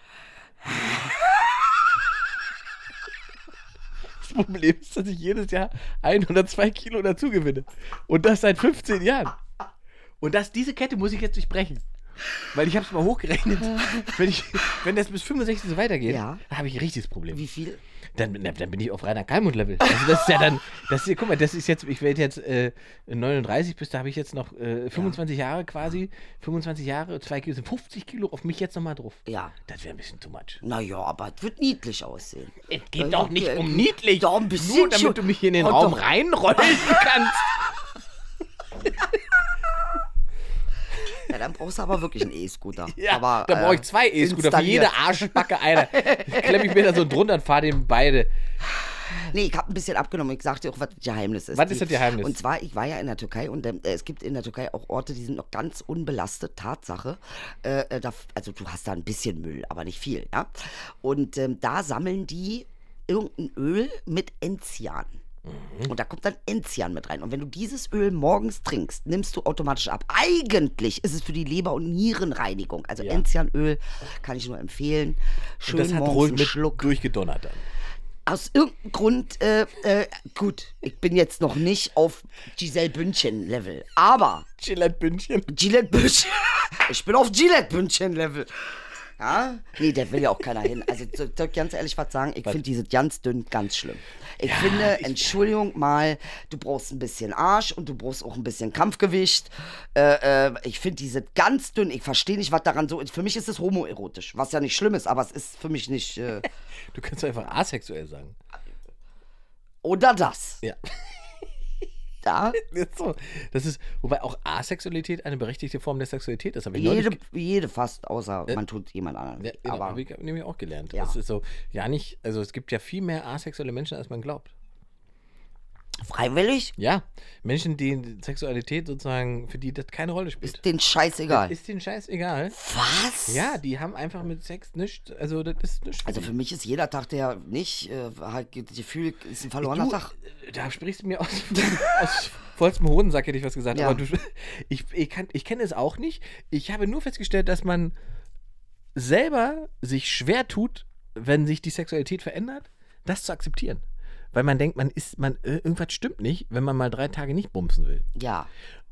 B: Das Problem ist, dass ich jedes Jahr ein oder zwei Kilo dazu gewinne. Und das seit 15 Jahren. Und das, diese Kette muss ich jetzt durchbrechen. Weil ich habe es mal hochgerechnet. Wenn, ich, wenn das bis 65 so weitergeht,
C: Ja.
B: dann habe ich ein richtiges Problem.
C: Wie viel?
B: Dann, bin- dann bin ich auf Rainer Kalmund-Level. Also das ist ja dann, das ist, guck mal, das ist jetzt, ich werde jetzt äh, 39, bis da habe ich jetzt noch äh, 25 Jahre quasi, 25 Jahre, 2 Kilo, sind 50 Kilo auf mich jetzt nochmal drauf.
C: Ja.
B: Das wäre ein bisschen too much.
C: Naja, aber es wird niedlich aussehen.
B: Es geht
C: Ja,
B: doch nicht
C: okay,
B: um
C: okay.
B: niedlich.
C: Äh, Doch, ein bisschen
B: Nur damit
C: schon.
B: du mich hier in den
C: Oh,
B: Raum
C: doch. <laughs>
B: reinrollen kannst.
C: Ja, dann brauchst du aber wirklich einen E-Scooter.
B: <laughs> Ja,
C: aber,
B: da brauche ich
C: äh,
B: zwei E-Scooter. Für
C: installiert.
B: jede Arschbacke einer. Klemme ich mir da so drunter und fahre den beide.
C: Nee, ich habe ein bisschen abgenommen. Ich sagte auch, was das Geheimnis ist.
B: Was ist das Geheimnis?
C: Und zwar, ich war ja in der Türkei und äh, es gibt in der Türkei auch Orte, die sind noch ganz unbelastet. Tatsache. Äh, äh, da, also, du hast da ein bisschen Müll, aber nicht viel. Ja? Und ähm, da sammeln die irgendein Öl mit Enzian.
B: Mhm.
C: Und da kommt dann Enzian mit rein. Und wenn du dieses Öl morgens trinkst, nimmst du automatisch ab. Eigentlich ist es für die Leber- und Nierenreinigung. Also
B: Ja.
C: Enzianöl kann ich nur empfehlen. Schön
B: Und das hat
C: morgens
B: Rolf
C: einen
B: mit
C: Schluck
B: durchgedonnert dann.
C: aus irgendeinem Grund, äh, äh, gut, ich bin jetzt noch nicht auf Giselle Bündchen-Level, aber
B: Gillette-Bündchen.
C: Gillette Bündchen, <laughs> ich bin auf Gillette Bündchen-Level. Ja? Nee, da will ja auch keiner hin. Also so- soll ich ganz ehrlich was sagen, ich finde dieses ganz dünn ganz schlimm. Ich finde, Entschuldigung mal, du brauchst ein bisschen Arsch und du brauchst auch ein bisschen Kampfgewicht. Äh, äh, ich finde dieses ganz dünn, ich verstehe nicht, was daran so ist. Für mich ist es homoerotisch, was ja nicht schlimm ist, aber es ist für mich nicht... Äh,
B: Du kannst doch einfach asexuell sagen.
C: oder das.
B: Ja.
C: Da
B: Jetzt so. Das ist, wobei auch Asexualität eine berechtigte Form der Sexualität ist. Habe ich
C: Jede,
B: neulich ge- Äh,
C: jede fast, außer man tut jemand anderen.
B: ja, genau,
C: aber
B: habe ich nämlich auch gelernt.
C: Ja.
B: Das ist so, ja nicht, also es gibt ja viel mehr asexuelle Menschen, als man glaubt.
C: Freiwillig?
B: Ja, Menschen, die Sexualität sozusagen, für die das keine Rolle spielt.
C: Ist den Scheiß egal.
B: Äh, Ist denen scheißegal.
C: Was?
B: Ja, die haben einfach mit Sex nichts, also das ist nichts.
C: Also für mich ist jeder Tag, der nicht, äh, halt, Gefühl, ist ein verlorener
B: Du,
C: Tag.
B: äh, Da sprichst du mir aus, aus vollstem Hodensack, hätte ich was gesagt.
C: Ja.
B: Aber du, ich, ich, kann- ich kenne es auch nicht. Ich habe nur festgestellt, dass man selber sich schwer tut, wenn sich die Sexualität verändert, das zu akzeptieren. Weil man denkt, man ist, man, äh, irgendwas stimmt nicht, wenn man mal drei Tage nicht bumsen will.
C: Ja,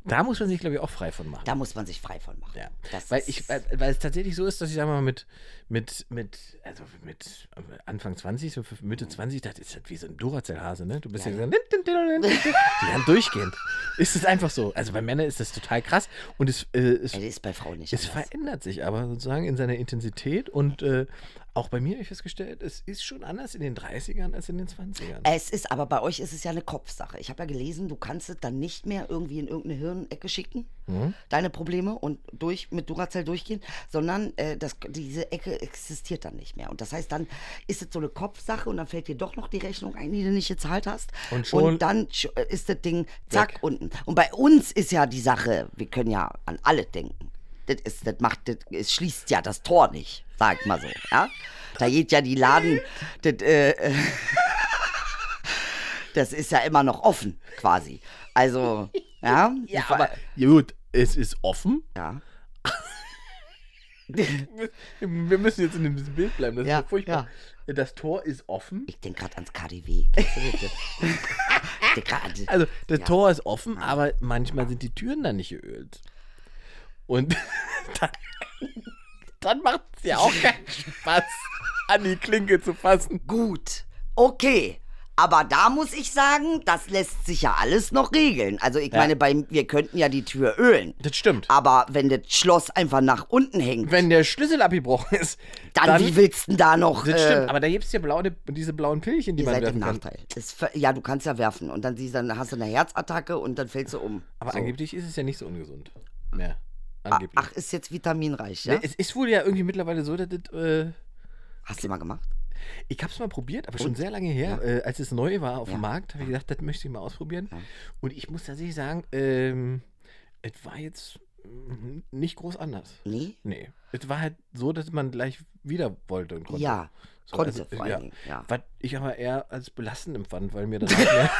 B: Da muss man sich, glaube ich, auch frei von machen.
C: da muss man sich frei von machen.
B: Ja.
C: Das
B: Weil,
C: ist-
B: ich, äh, weil, weil es tatsächlich so ist, dass ich sage mal mit, mit, mit, also mit Anfang 20, so Mitte 20, das ist halt wie so ein Duracell-Hase, ne? Du bist ja, so, die haben durchgehend. <laughs> Ist es einfach so. Also bei Männern ist das total krass und es, äh, es,
C: Ey, das ist bei Frauen nicht
B: es
C: anders.
B: verändert sich aber sozusagen in seiner Intensität und äh, auch bei mir habe ich festgestellt, es ist schon anders in den 30ern als in den 20ern.
C: Es ist, aber bei euch ist es ja eine Kopfsache. Ich habe ja gelesen, du kannst es dann nicht mehr irgendwie in irgendeine Hirnecke schicken,
B: Mhm.
C: deine Probleme und durch mit Duracell durchgehen, sondern äh, das, diese Ecke existiert dann nicht mehr. Und das heißt, dann ist es so eine Kopfsache und dann fällt dir doch noch die Rechnung ein, die du nicht gezahlt hast.
B: Und schon-
C: und dann sch- äh, ist das Ding zack
B: Weg.
C: unten. Und bei uns ist ja die Sache, wir können ja an alle denken. Das, ist, das macht, das, es schließt ja das Tor nicht, sag ich mal so. Ja? Da geht ja die Laden, das, äh, äh, das ist ja immer noch offen, quasi.
B: <laughs>
C: Also, ja.
B: ja, aber gut, es ist offen. <laughs>
C: ja.
B: Wir müssen jetzt in dem Bild bleiben, das
C: Ja,
B: ist so furchtbar. Das Tor ist offen.
C: Ich denke gerade ans KDW. Kennst du
B: <laughs>
C: das? Ich denk grad an-
B: Also, das
C: Ja.
B: Tor ist offen, aber manchmal sind die Türen dann nicht geölt. Und <laughs> dann, dann macht es ja
C: <laughs>
B: auch keinen Spaß, an die Klinke zu fassen.
C: Gut, okay. Aber da muss ich sagen, das lässt sich ja alles noch regeln. Also ich meine, bei, wir könnten ja die Tür ölen.
B: Das stimmt.
C: Aber wenn das Schloss einfach nach unten hängt,
B: Wenn der Schlüssel abgebrochen ist,
C: dann, wie willst du denn da noch?
B: das
C: äh,
B: stimmt, aber da gibt es ja blaue, diese blauen Pillchen, die
C: ihr
B: man
C: seid
B: werfen
C: im
B: kann.
C: Nachteil. Das ver- ja, du kannst ja werfen und dann, siehst, du, dann hast du eine Herzattacke und dann fällst du um.
B: Aber
C: so.
B: angeblich ist es ja nicht so ungesund. Mehr.
C: Ah,
B: Angeblich.
C: Ach, ist jetzt vitaminreich, ja?
B: Ne, Es ist wohl ja irgendwie mittlerweile so, dass das. Äh,
C: Hast du mal gemacht?
B: Ich habe es mal probiert, aber schon sehr lange her. Äh, als es neu war auf dem Markt, habe ich gedacht, das möchte ich mal ausprobieren. Und ich muss tatsächlich sagen, ähm, es war jetzt mm, nicht groß anders.
C: Nee?
B: Nee. Es war halt so, dass man gleich wieder wollte und konnte.
C: Ja,
B: So,
C: konnte
B: also,
C: vor allen
B: ja.
C: Dingen, ja.
B: Was ich aber eher als belastend empfand, weil mir dann <laughs> mehr,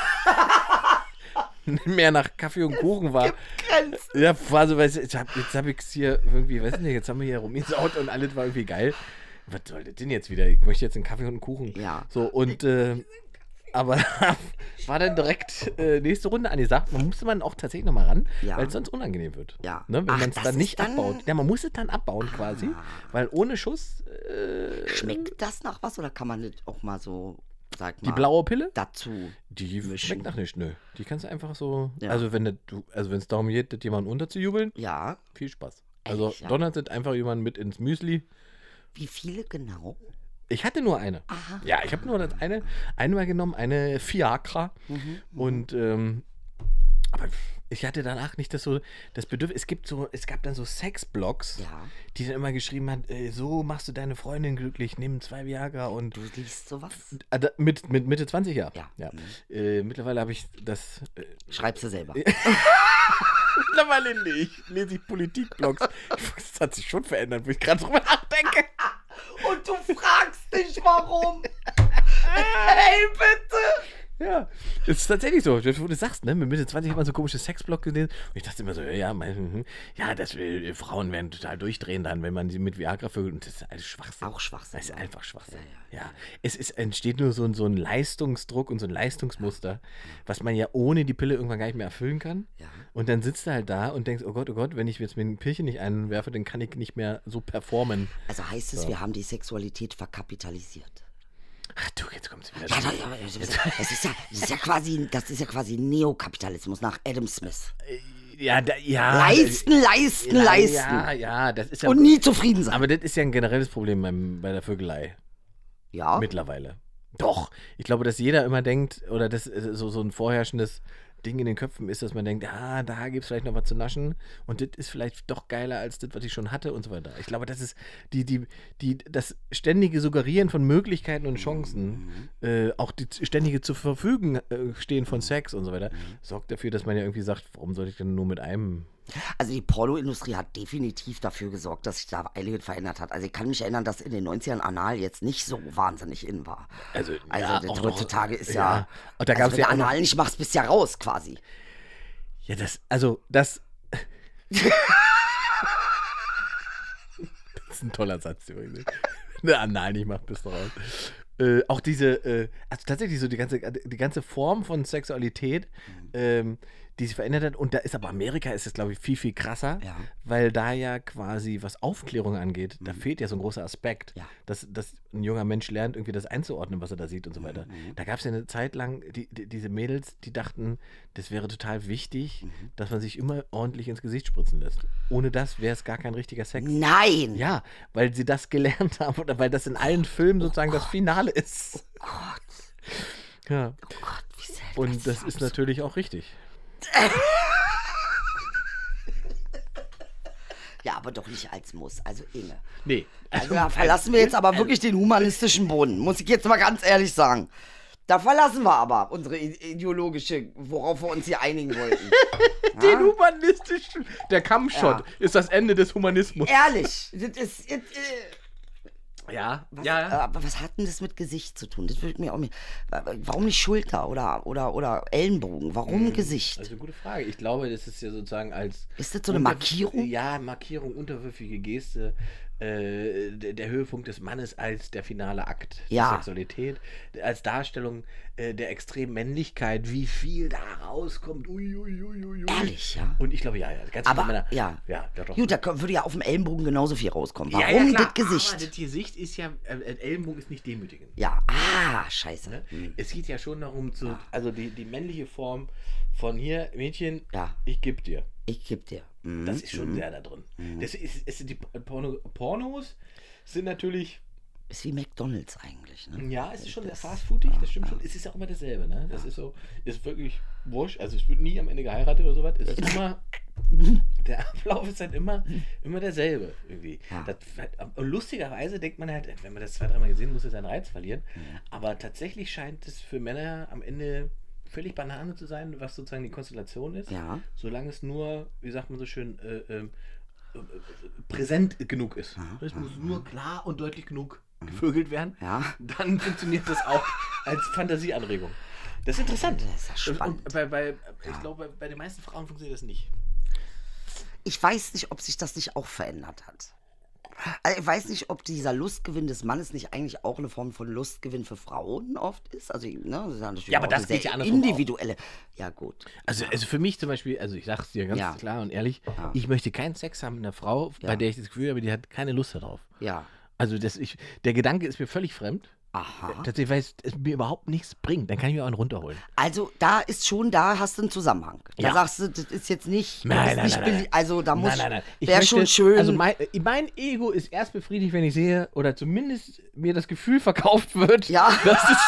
B: mehr nach Kaffee und Kuchen war.
C: Grenzen.
B: Ja, war so, weißt du, jetzt hab, jetzt hab ich's hier irgendwie, weiß nicht, jetzt haben wir hier rumgesaut und alles war irgendwie geil. Was soll das denn jetzt wieder? Ich möchte jetzt einen Kaffee und einen Kuchen.
C: Ja.
B: So, und, äh, aber <laughs> war dann direkt äh, nächste Runde angesagt. Man musste man auch tatsächlich nochmal ran,
C: Ja.
B: weil es sonst unangenehm wird.
C: Ja.
B: Ne, wenn
C: Ach,
B: man es
C: das
B: dann
C: ist
B: nicht
C: dann- Ah.
B: abbaut. Ja, man muss es dann abbauen quasi, weil ohne Schuss äh,
C: Schmeckt das nach was oder kann man das auch mal so, sag mal,
B: die blaue Pille,
C: dazu?
B: die
C: Ah. mischen.
B: schmeckt nach nichts. Nö, die kannst du einfach so,
C: Ja.
B: also wenn es also wenn's darum geht, das jemanden unterzujubeln,
C: Ja.
B: viel Spaß.
C: Ehrlich,
B: Also
C: ja.
B: donnert sind einfach jemanden mit ins Müsli.
C: Wie viele genau?
B: Ich hatte nur eine.
C: Aha.
B: Ja, ich habe nur das eine einmal genommen, eine Fiacra.
C: Mhm.
B: Und ähm, aber ich hatte danach nicht das so das Bedürfnis. Es gibt so, es gab dann so Sexblogs,
C: Ja.
B: die dann immer geschrieben haben, äh, so machst du deine Freundin glücklich, nimm zwei Viagra und
C: Du liest sowas?
B: Ah, da- mit, mit Mitte 20 Jahre.
C: Ja.
B: Äh, mittlerweile habe ich das äh,
C: Schreibst du selber.
B: Mittlerweile nicht. Lese ich Politikblogs. Das hat sich schon verändert, wo ich gerade drüber nachdenke.
C: Und du fragst dich,
B: <laughs>
C: warum? hey, bitte!
B: Ja, es ist tatsächlich so, wo du sagst, ne? Mit Mitte 20 hat man so komische Sexblock gelesen und ich dachte immer so, ja, mein, mhm. ja, das will, Frauen werden total durchdrehen dann, wenn man sie mit Viagra vögelt und das ist alles Schwachsinn.
C: Auch Schwachsinn.
B: Das ist einfach Schwachsinn. Ja, es ist, entsteht nur so ein, so ein Leistungsdruck und so ein Leistungsmuster, was man ja ohne die Pille irgendwann gar nicht mehr erfüllen kann.
C: Ja.
B: Und dann sitzt du halt da und denkst, oh Gott, oh Gott, wenn ich jetzt mir ein Pillchen nicht einwerfe, dann kann ich nicht mehr so performen.
C: Also heißt es, wir haben die Sexualität verkapitalisiert.
B: Ach du, jetzt kommt's wieder.
C: Ja, da- ja, das ist ja, das ist ja, das ist ja quasi, das ist ja quasi Neokapitalismus nach Adam Smith.
B: Ja, da, ja.
C: Leisten, leisten,
B: Ah, äh, ja,
C: leisten.
B: Ja, ja, das ist ja.
C: Und nie zufrieden sein.
B: Aber das ist ja ein generelles Problem beim, bei der Vögelei
C: Ja. Ah.
B: mittlerweile. Doch. Ich glaube, dass jeder immer denkt, oder das ist so, so ein vorherrschendes Ding in den Köpfen ist, dass man denkt, ah, da gibt es vielleicht noch was zu naschen und das ist vielleicht doch geiler als das, was ich schon hatte und so weiter. Ich glaube, das ist die, die, die, das ständige Suggerieren von Möglichkeiten und Chancen, äh, auch die ständige zur Verfügung äh, stehen von Sex und so weiter, sorgt dafür, dass man ja irgendwie sagt, warum sollte ich denn nur mit einem
C: Also die Pornoindustrie hat definitiv dafür gesorgt, dass sich da einiges verändert hat. Also ich kann mich erinnern, dass in den 90ern Anal jetzt nicht so wahnsinnig in war.
B: Also,
C: also
B: ja,
C: das
B: auch
C: heutzutage
B: noch-
C: ist ja,
B: ja. Und da gab's
C: also wenn
B: ja
C: du
B: auch noch-
C: Anal nicht machst, bist du ja raus quasi.
B: Ja, das, also,
C: <laughs>
B: das. das ist ein toller Satz übrigens. Ne, nein, ich mach bis raus. Äh, auch diese, äh, also tatsächlich so die ganze, die ganze Form von Sexualität,
C: Mhm.
B: ähm, die sich verändert hat. Und da ist aber Amerika ist es, glaube ich, viel, viel krasser,
C: Ja. Mhm.
B: weil da ja quasi, was Aufklärung angeht, da fehlt ja so ein großer Aspekt,
C: Ja.
B: dass, dass ein junger Mensch lernt, irgendwie das einzuordnen, was er da sieht und so weiter.
C: Mhm,
B: Da gab es ja eine Zeit lang die, die, diese Mädels, die dachten, das wäre total wichtig,
C: Mhm.
B: dass man sich immer ordentlich ins Gesicht spritzen lässt. Ohne das wäre es gar kein richtiger
C: Mhm.
B: Sex.
C: Nein!
B: Ja, weil sie das gelernt haben oder weil das in allen
C: Oh
B: Filmen sozusagen das Finale ist.
C: Gott,
B: Ja.
C: oh Gott, wie selten.
B: Und das ist natürlich auch richtig.
C: Ja, aber doch nicht als Muss. Also
B: <laughs>
C: Inge.
B: Nee.
C: Also da verlassen wir jetzt aber wirklich den humanistischen Boden, muss ich jetzt mal ganz ehrlich sagen. Da verlassen wir aber unsere i- ideologische, worauf wir uns hier einigen
B: <laughs>
C: wollten.
B: Den humanistischen. Der Kampfshot
C: Ja.
B: ist das Ende des Humanismus.
C: ehrlich, das ist, das, äh,
B: Ja,
C: was, äh, Ah. Aber was hat denn das mit Gesicht zu tun? Das würde mir auch mir. Warum nicht Schulter oder, oder, oder Ellenbogen? Warum Gesicht?
B: Also gute Frage. Ich glaube, das ist ja sozusagen als.
C: Ist das so eine
B: unter-
C: Markierung?
B: Ja, Markierung, unterwürfige Geste, äh, der, der Höhepunkt des Mannes als der finale Akt
C: Ja.
B: der Sexualität, als Darstellung äh, der extremen Männlichkeit, wie viel da rauskommt. Ui, ui, ui, ui, ui.
C: Ehrlich, ja?
B: Und ich glaube, ja, ja. Ganz
C: aber
B: viele Männer-
C: ja.
B: Ja, doch, doch.
C: Gut, da kö- würde ja auf dem Ellenbogen genauso viel rauskommen.
B: Ja, ja,
C: Warum
B: klar,
C: das Gesicht?
B: Aber das Gesicht ist ja, äh, äh, Ellenbogen ist nicht demütigend.
C: ja, ah, scheiße.
B: Ne? Es geht ja schon darum, zu, also die, die männliche Form von hier, Mädchen,
C: Ja.
B: ich geb dir.
C: Ich geb dir. Mhm.
B: Das ist schon sehr da drin. Das ist, es sind die Porno, Pornos sind natürlich,
C: Ist wie McDonalds eigentlich, ne?
B: ja, es ist schon sehr fastfoodig, das
C: Ah,
B: stimmt schon. Es ist ja auch immer dasselbe, ne? Das ist so, ist wirklich wurscht. Also es wird nie am Ende geheiratet oder sowas. Es ist immer, der Ablauf ist halt immer, immer derselbe irgendwie.
C: Ja.
B: Das, lustigerweise denkt man halt, wenn man das zwei, dreimal gesehen, muss es seinen Reiz verlieren.
C: Mhm.
B: Aber tatsächlich scheint es für Männer am Ende völlig Banane zu sein, was sozusagen die Konstellation ist.
C: <laughs> Ja.
B: Solange es nur, wie sagt man so schön, äh, ähm, äh, äh, präsent genug ist. Es muss nur klar und deutlich genug gevögelt werden.
C: Ja.
B: Dann funktioniert das auch als Fantasieanregung. Das ist interessant.
C: Das ist ja
B: Und- Und
C: spannend.
B: bei, bei, ich glaube, bei, bei den meisten Frauen funktioniert das nicht.
C: Ich weiß nicht, ob sich das nicht auch verändert hat. Also ich weiß nicht, ob dieser Lustgewinn des Mannes nicht eigentlich auch eine Form von Lustgewinn für Frauen oft ist. Also, ne, das ist natürlich
B: Ja, aber
C: auch
B: das
C: eine sehr
B: geht ja andersrum auch.
C: individuelle. Ja, gut.
B: Also, also für mich zum Beispiel, also ich sage es dir ganz
C: Ja.
B: klar und ehrlich, ich möchte keinen Sex haben mit einer Frau, bei
C: Ja.
B: der ich das Gefühl habe, die hat keine Lust darauf.
C: Ja.
B: Also das, ich, der Gedanke ist mir völlig fremd.
C: Aha.
B: Tatsächlich, weil es, es mir überhaupt nichts bringt. Dann kann ich mir auch einen runterholen.
C: Also da ist schon, da hast du einen Zusammenhang. Da
B: Ja.
C: sagst du, das ist jetzt nicht,
B: Nein,
C: das ist
B: nein,
C: nicht
B: nein, nein,
C: billi-
B: nein.
C: also da muss,
B: nein, nein, nein. Ich
C: wäre
B: möchte-
C: schon schön.
B: Also mein, mein Ego ist erst befriedigt, wenn ich sehe, oder zumindest mir das Gefühl verkauft wird,
C: Ja.
B: dass es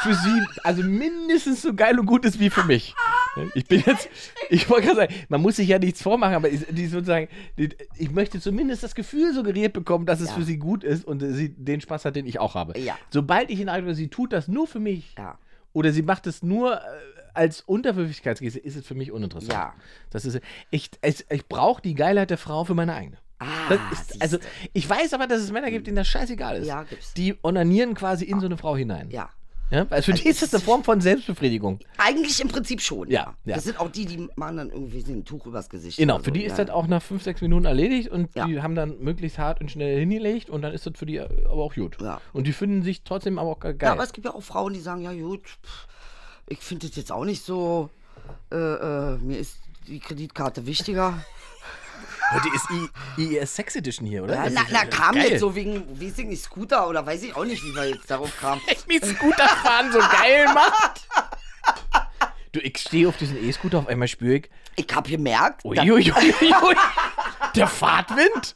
B: für sie also mindestens so geil und gut ist wie für mich. Ich bin jetzt, ich wollte gerade sagen, man muss sich ja nichts vormachen, aber ich, die sozusagen, die, ich möchte zumindest das Gefühl suggeriert bekommen, dass es
C: Ja.
B: für sie gut ist und äh, sie den Spaß hat, den ich auch habe.
C: Ja.
B: Sobald ich in habe, sie tut das nur für mich
C: ja.
B: oder sie macht es nur äh, als Unterwürfigkeitsgeste, ist es für mich uninteressant.
C: Ja.
B: Das ist, ich ich, ich brauche die Geilheit der Frau für meine eigene.
C: Ah,
B: Das ist,
C: siehste.
B: also, ich weiß aber, dass es Männer gibt, denen das scheißegal ist.
C: Ja, gibt's.
B: Die onanieren quasi in so eine Frau hinein.
C: ja. Also
B: Ja? Weil für die ist das eine Form von Selbstbefriedigung.
C: Eigentlich im Prinzip schon.
B: Ja, ja.
C: Das sind auch die, die machen dann irgendwie so ein Tuch übers Gesicht.
B: Genau,
C: oder
B: für
C: so. ne?
B: die ist
C: Also, ja.
B: das auch nach fünf, sechs Minuten erledigt und
C: Ja.
B: die haben dann möglichst hart und schnell hingelegt und dann ist das für die aber auch gut.
C: Ja.
B: Und die finden sich trotzdem aber auch geil.
C: Ja, aber es gibt ja auch Frauen, die sagen, ja gut, pff, ich finde das jetzt auch nicht so, äh, äh, mir ist die
B: <laughs>
C: Kreditkarte wichtiger.
B: Heute ist I- IES Sex Edition hier, oder?
C: Ja,
B: Das
C: na,
B: ist
C: na, kam
B: geil.
C: jetzt so wegen, weiß ich nicht, Scooter oder weiß ich auch nicht, wie wir jetzt darauf
B: <laughs>
C: kamen.
B: mit Scooterfahren so geil macht. Du, ich stehe auf diesen E-Scooter, auf einmal spüre ich,
C: Ich habe gemerkt, da-
B: uiuiuiui, der Fahrtwind.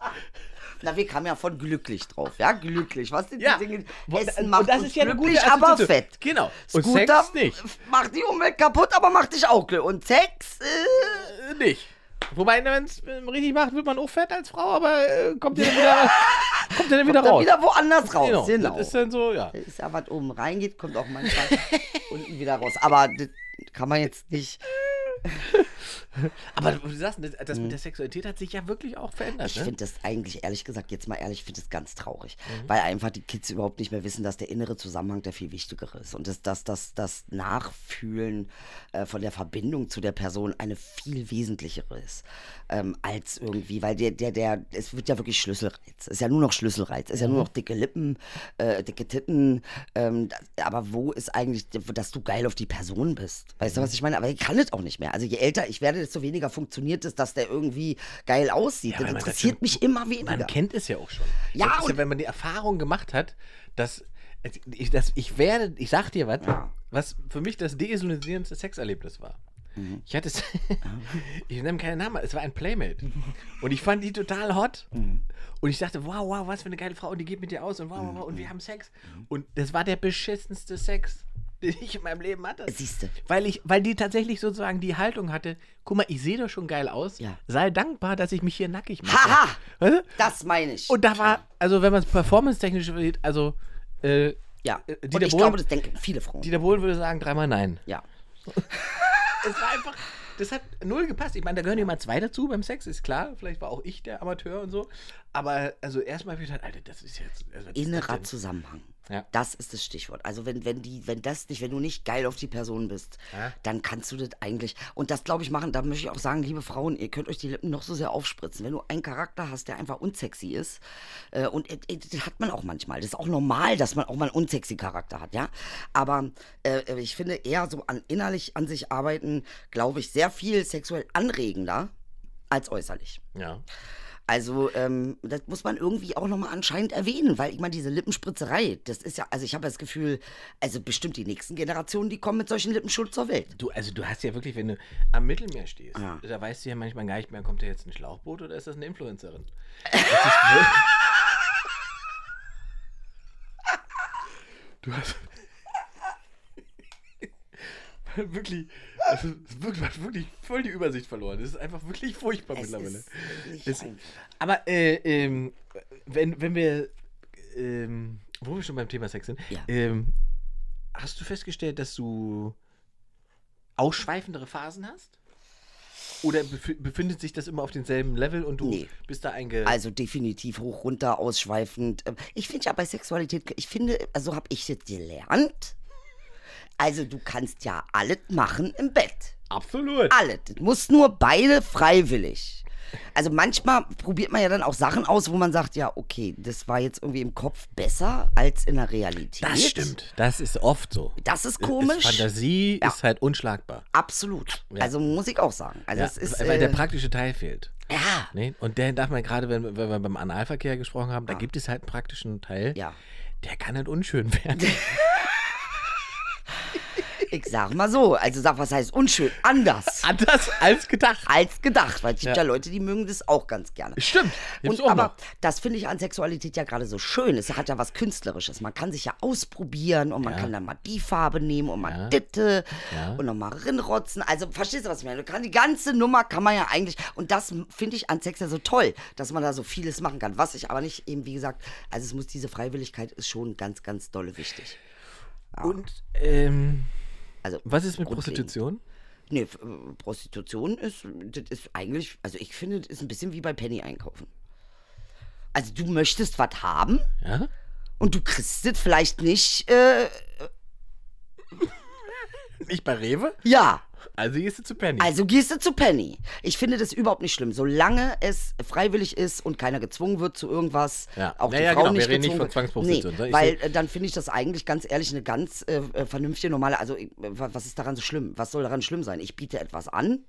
C: Na, wir kamen ja von glücklich drauf. Ja, glücklich. Was sind
B: Ja.
C: die Dinge?
B: Wo-
C: Essen
B: und
C: macht
D: das
C: uns
D: ist ja eine gute
C: glücklich, aber
D: Assoziation.
C: fett.
B: Genau.
D: Und
C: Scooter
D: Sex nicht.
C: macht die Umwelt kaputt, aber macht dich auch glücklich. Und Sex, äh,
B: Äh, Nicht. Wobei, wenn es richtig macht, wird man auch fett als Frau, aber äh, kommt ja dann
C: <laughs>
B: wieder, kommt ja dann wieder
C: dann
B: raus.
C: wieder woanders raus.
B: Genau.
C: Genau. Äh.
B: Das ist dann so, ja.
C: Da ist ja was oben reingeht, kommt auch manchmal unten wieder raus. Aber das kann man jetzt nicht.
B: Aber du sagst, das, das mit der Sexualität hat sich ja wirklich auch verändert.
C: Ich
B: ne?
C: finde das eigentlich, ehrlich gesagt, jetzt mal ehrlich, ich finde das ganz traurig. Weil einfach die Kids überhaupt nicht mehr wissen, dass der innere Zusammenhang der viel wichtigere ist. Und dass das, das, das Nachfühlen äh, von der Verbindung zu der Person eine viel wesentlichere ist. Ähm, als irgendwie, weil der, der, der, es wird ja wirklich Schlüsselreiz. Ist ja nur noch Schlüsselreiz. Ist ja nur noch dicke Lippen, äh, dicke Titten. Ähm, da- aber wo ist eigentlich, dass du geil auf die Person bist? Weißt du, was ich meine? Aber ich kann das auch nicht mehr. Also je älter ich werde, desto weniger funktioniert es, dass der irgendwie geil aussieht.
B: Ja,
C: das
B: weil man das
C: interessiert
B: schon-
C: mich immer
B: Man
C: weniger.
B: kennt es ja auch schon.
C: Ja,
B: Das ist ja
C: und-
B: wenn man die Erfahrung gemacht hat, dass ich, dass ich werde, ich sag dir was, was für mich das desillusionierendste Sexerlebnis war.
C: Mhm.
B: Ich hatte
C: <laughs>
B: es, ich nenne keinen Namen, es war ein Playmate. Und ich fand die total hot.
C: Mhm.
B: Und ich dachte, wow, wow, was für eine geile Frau. Und die geht mit dir aus und wow, wow, wow,
C: Mhm.
B: und wir haben Sex. Und das war der beschissenste Sex, <laughs> den ich in meinem Leben hatte.
C: Siehste.
B: Weil ich, weil die tatsächlich sozusagen die Haltung hatte, guck mal, ich sehe doch schon geil aus.
C: Ja.
B: Sei dankbar, dass ich mich hier nackig mache.
C: Haha!
B: Weißt du?
C: Das meine ich.
B: Und da war, also wenn man es performance-technisch sieht, also äh,
C: ja.
B: äh,
C: Und
B: Dieter,
C: ich glaube,
B: Bohlen,
C: das denken viele Frauen.
B: Dieter Bohlen würde sagen, dreimal nein.
C: ja.
B: Es war einfach, das hat null gepasst. Ich meine, da gehören immer zwei dazu beim Sex, ist klar. Vielleicht war auch ich der Amateur und so. Aber also erstmal habe ich gedacht, Alter, das ist jetzt. Also, was ist das
C: Innerer
B: denn?
C: Zusammenhang.
B: Ja.
C: Das ist das Stichwort. Also wenn, wenn die, wenn das nicht, wenn du nicht geil auf die Person bist,
B: Ja.
C: dann kannst du das eigentlich. Und das glaube ich machen, da möchte ich auch sagen, liebe Frauen, ihr könnt euch die Lippen noch so sehr aufspritzen. Wenn du einen Charakter hast, der einfach unsexy ist, äh, und äh, äh, das hat man auch manchmal. Das ist auch normal, dass man auch mal einen unsexy Charakter hat, ja. Aber äh, äh, ich finde eher so an innerlich an sich arbeiten, glaube ich, sehr viel sexuell anregender als äußerlich.
B: Ja.
C: Also, ähm, das muss man irgendwie auch nochmal anscheinend erwähnen, weil ich meine, diese Lippenspritzerei, das ist ja, also ich habe das Gefühl, also bestimmt die nächsten Generationen, die kommen mit solchen Lippenschutz zur Welt.
B: Du, also du hast ja wirklich, wenn du am Mittelmeer stehst,
C: Ja.
B: da weißt du ja manchmal gar nicht mehr, kommt da jetzt ein Schlauchboot oder ist das eine Influencerin? Das ist wirklich- <laughs> du hast. <laughs> wirklich, also, es wirkt, man hat wirklich voll die Übersicht verloren. Das ist einfach wirklich furchtbar
C: Es
B: mittlerweile.
C: ist nicht
B: Es-
C: einfach.
B: aber äh, ähm, wenn, wenn wir, ähm, wo wir schon beim Thema Sex sind,
C: Ja.
B: ähm, hast du festgestellt, dass du ausschweifendere Phasen hast? Oder bef befindet sich das immer auf demselben Level und du
C: Nee.
B: bist da einge...
C: Also definitiv hoch, runter, ausschweifend. Ähm, Ich finde ja bei Sexualität, ich finde, also habe ich das gelernt. Also du kannst ja alles machen im Bett.
B: Absolut.
C: Alle. Das muss nur beide freiwillig. Also manchmal probiert man ja dann auch Sachen aus, wo man sagt, ja, okay, das war jetzt irgendwie im Kopf besser als in der Realität.
B: Das stimmt. Das ist oft so.
C: Das ist
B: Es-
C: komisch.
B: Es, Fantasie
C: Ja.
B: ist halt unschlagbar.
C: Absolut. Also muss ich auch sagen. Also
B: Ja,
C: es ist.
B: weil der
C: äh,
B: praktische Teil fehlt.
C: ja.
B: Nee? Und der darf man gerade, wenn, wenn wir beim Analverkehr gesprochen haben, da gibt es halt einen praktischen Teil,
C: Ja.
B: der kann halt unschön werden.
C: Ich sag mal so. Also sag, was heißt unschön?
B: <laughs>
C: Anders.
B: Anders als gedacht.
C: als gedacht. Weil es gibt
B: Ja.
C: ja, Leute, die mögen das auch ganz gerne.
B: Stimmt. Gibt's
C: Und,
B: auch
C: aber
B: noch.
C: das finde ich an Sexualität ja gerade so schön. Es hat ja was Künstlerisches. Man kann sich ja ausprobieren und man
B: Ja.
C: kann dann mal die Farbe nehmen und mal
B: Ja.
C: ditte
B: Ja.
C: und nochmal rinrotzen. Also verstehst du, was ich meine? Du kann, die ganze Nummer kann man ja eigentlich. Und das finde ich an Sex ja so toll, dass man da so vieles machen kann. Was ich aber nicht eben, wie gesagt, also es muss diese Freiwilligkeit ist schon ganz, ganz dolle wichtig.
B: Und ähm,
C: Also,
B: was ist mit
C: Grundlegend.
B: Prostitution?
C: Nee, F- äh, Prostitution ist, das ist eigentlich, also ich finde, das ist ein bisschen wie bei Penny einkaufen. Also du möchtest was haben
B: Ja?
C: und du kriegst es vielleicht nicht, äh,
B: Nicht bei Rewe?
C: ja.
B: Also gehst du zu Penny.
C: Also gehst du zu Penny. Ich finde das überhaupt nicht schlimm, solange es freiwillig ist und keiner gezwungen wird zu irgendwas.
B: Ja.
C: Auch
B: Naja,
C: die Frau
B: genau, wir
C: nicht
B: reden nicht
C: gezwungen
B: von
C: wird.
B: Zwangsprostitution, ne?
C: Nee,
B: Ich
C: weil äh, dann finde ich das eigentlich ganz ehrlich eine ganz äh, äh, vernünftige, normale. Also ich- wa- was ist daran so schlimm? Was soll daran schlimm sein? Ich biete etwas an.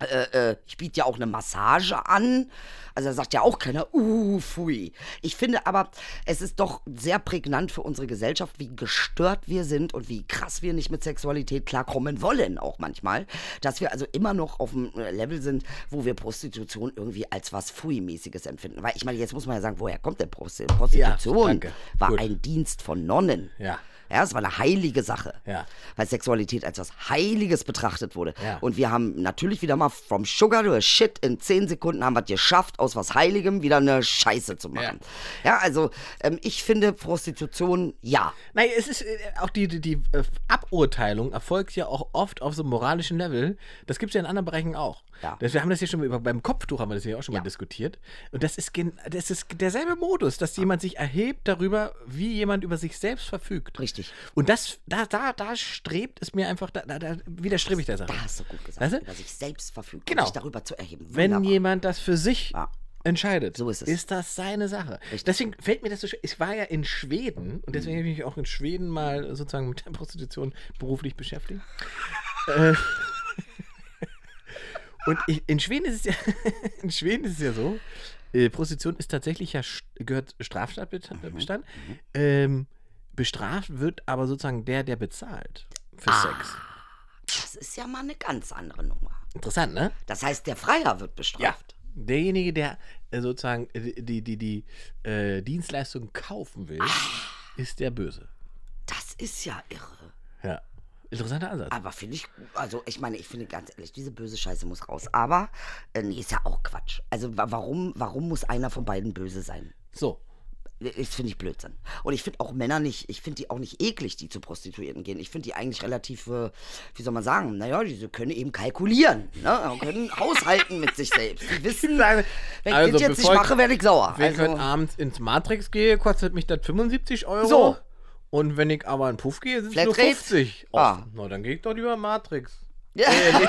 C: äh, äh, ich biete ja auch eine Massage an. Also da sagt ja auch keiner, uh, pfui. Ich finde aber, es ist doch sehr prägnant für unsere Gesellschaft, wie gestört wir sind und wie krass wir nicht mit Sexualität klarkommen wollen, auch manchmal. Dass wir also immer noch auf einem äh, Level sind, wo wir Prostitution irgendwie als was Pfui-mäßiges empfinden. Weil ich meine, jetzt muss man ja sagen, woher kommt denn Prosti- Prostitution?
B: danke.
C: war
B: Gut.
C: ein Dienst von Nonnen.
B: Ja.
C: Ja, es war eine heilige Sache.
B: Ja.
C: Weil Sexualität als was Heiliges betrachtet wurde.
B: Ja.
C: Und wir haben natürlich wieder mal from sugar to a shit in 10 Sekunden haben wir es geschafft, aus was Heiligem wieder eine Scheiße zu machen. Ja, also ähm, ich finde Prostitution, ja.
B: Nein, es ist äh, auch die, die, die äh, Aburteilung erfolgt ja auch oft auf so einem moralischen Level. Das gibt es ja in anderen Bereichen auch.
C: Ja.
B: Das, wir haben das hier schon mal über, beim Kopftuch haben wir das hier auch schon mal diskutiert. Und das ist, gen- das ist derselbe Modus, dass jemand sich erhebt darüber, wie jemand über sich selbst verfügt.
C: Richtig.
B: Und das, da, da, da strebt es mir einfach, da, da, da widerstrebe ich der Sache.
C: Da hast du gut gesagt.
B: Weißt du?
C: Über sich selbst verfügt,
B: Genau.
C: um sich darüber zu erheben.
B: Wenn
C: Wunderbar.
B: jemand das für sich
C: Ja.
B: entscheidet,
C: So ist es.
B: ist das seine Sache. Deswegen fällt mir das so schwer. Ich war ja in Schweden und deswegen habe ich mich auch in Schweden mal sozusagen mit der Prostitution beruflich
C: <laughs>
B: beschäftigt. Äh, und ich, in Schweden ist es ja, <laughs> in Schweden ist es ja so, äh, Prostitution ist tatsächlich ja st- gehört
C: Mhm,
B: Straftatbestand. Ähm, bestraft wird aber sozusagen der, der bezahlt für
C: Ah.
B: Sex.
C: Das ist ja mal eine ganz andere Nummer.
B: Interessant, ne?
C: Das heißt, der Freier wird
B: Ja.
C: bestraft.
B: Derjenige, der äh, sozusagen äh, die, die, die äh, Dienstleistung kaufen
C: Ah.
B: will, ist der Böse.
C: Das ist ja irre.
B: Ja. Interessanter Ansatz.
C: Aber finde ich, also ich meine, ich finde ganz ehrlich, diese böse Scheiße muss raus. Aber, äh, nee, ist ja auch Quatsch. Also wa warum, warum muss einer von beiden böse sein?
B: So.
C: Das finde ich Blödsinn. Und ich finde auch Männer nicht, ich finde die auch nicht eklig, die zu Prostituierten gehen. Ich finde die eigentlich relativ, äh, wie soll man sagen, naja, diese können eben kalkulieren, ne? können haushalten mit sich selbst. Die wissen, wenn ich
B: Also,
C: das jetzt nicht
B: bevor ich-
C: mache, werde ich sauer.
B: Wenn ich heute
C: Also,
B: abends ins Matrix gehe, kostet mich das 75 Euro.
C: So.
B: Und wenn ich aber in Puff gehe, sind es
C: Flatrate?
B: nur 50.
C: Ah.
B: Na, dann gehe ich doch lieber Matrix.
C: ja,
B: Äh,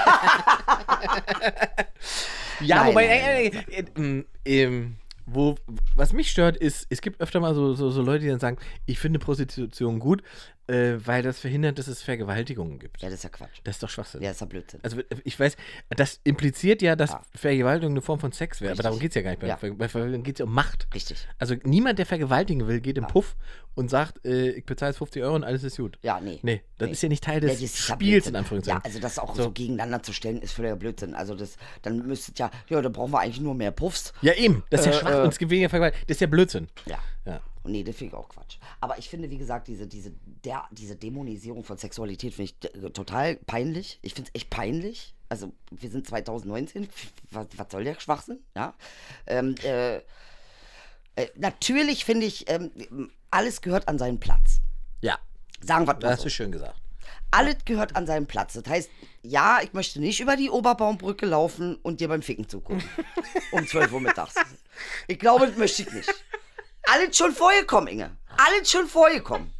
B: Ja,
C: Nein,
B: wobei,
C: nein,
B: äh, äh, äh, ähm, ähm, wo, was mich stört, ist, es gibt öfter mal so, so, so Leute, die dann sagen, ich finde Prostitution gut, äh, weil das verhindert, dass es Vergewaltigungen gibt.
C: das ist ja Quatsch.
B: Das ist doch Schwachsinn.
C: Ja, das ist ja Blödsinn.
B: Also ich weiß, das impliziert ja, dass
C: Ja.
B: Vergewaltigung eine Form von Sex wäre, aber
C: Richtig.
B: darum geht es ja gar nicht. Bei,
C: Ja.
B: Ver- bei Vergewaltigung geht es ja um Macht.
C: Richtig.
B: Also niemand, der vergewaltigen will, geht im Puff und sagt, äh, ich bezahle jetzt 50 Euro und alles ist gut.
C: Ja, nee.
B: Nee, das
C: Nee.
B: ist ja nicht Teil
C: Ja,
B: des
C: das ist ja
B: Spiels,
C: Blödsinn.
B: in Anführungszeichen.
C: Ja, also das auch so.
B: So.
C: gegeneinander zu stellen, ist völliger Blödsinn. Also das, dann müsstet ja, ja, da brauchen wir eigentlich nur mehr Puffs.
B: Ja, eben. Das ist ja
C: Äh,
B: schwach
C: äh.
B: und es gibt weniger Vergewaltigung. Das ist ja Blödsinn.
C: Ja.
B: Ja.
C: Und nee, das finde ich auch Quatsch. Aber ich finde, wie gesagt, diese, diese, der, diese Dämonisierung von Sexualität finde ich d- total peinlich. Ich finde es echt peinlich. Also wir sind 2019. <laughs> Was, was soll der Schwachsinn? Ja. Ähm, äh, äh, natürlich finde ich, ähm, alles gehört an seinen Platz.
B: Ja,
C: Sagen wir mal
B: das
C: so.
B: ist schön gesagt.
C: Alles gehört an seinen Platz. Das heißt, ja, ich möchte nicht über die Oberbaumbrücke laufen und dir beim
B: <laughs>
C: Ficken zugucken. um 12 Uhr mittags. Ich glaube, das möchte ich nicht. Alles schon vorgekommen, Inge. Alles schon vorgekommen.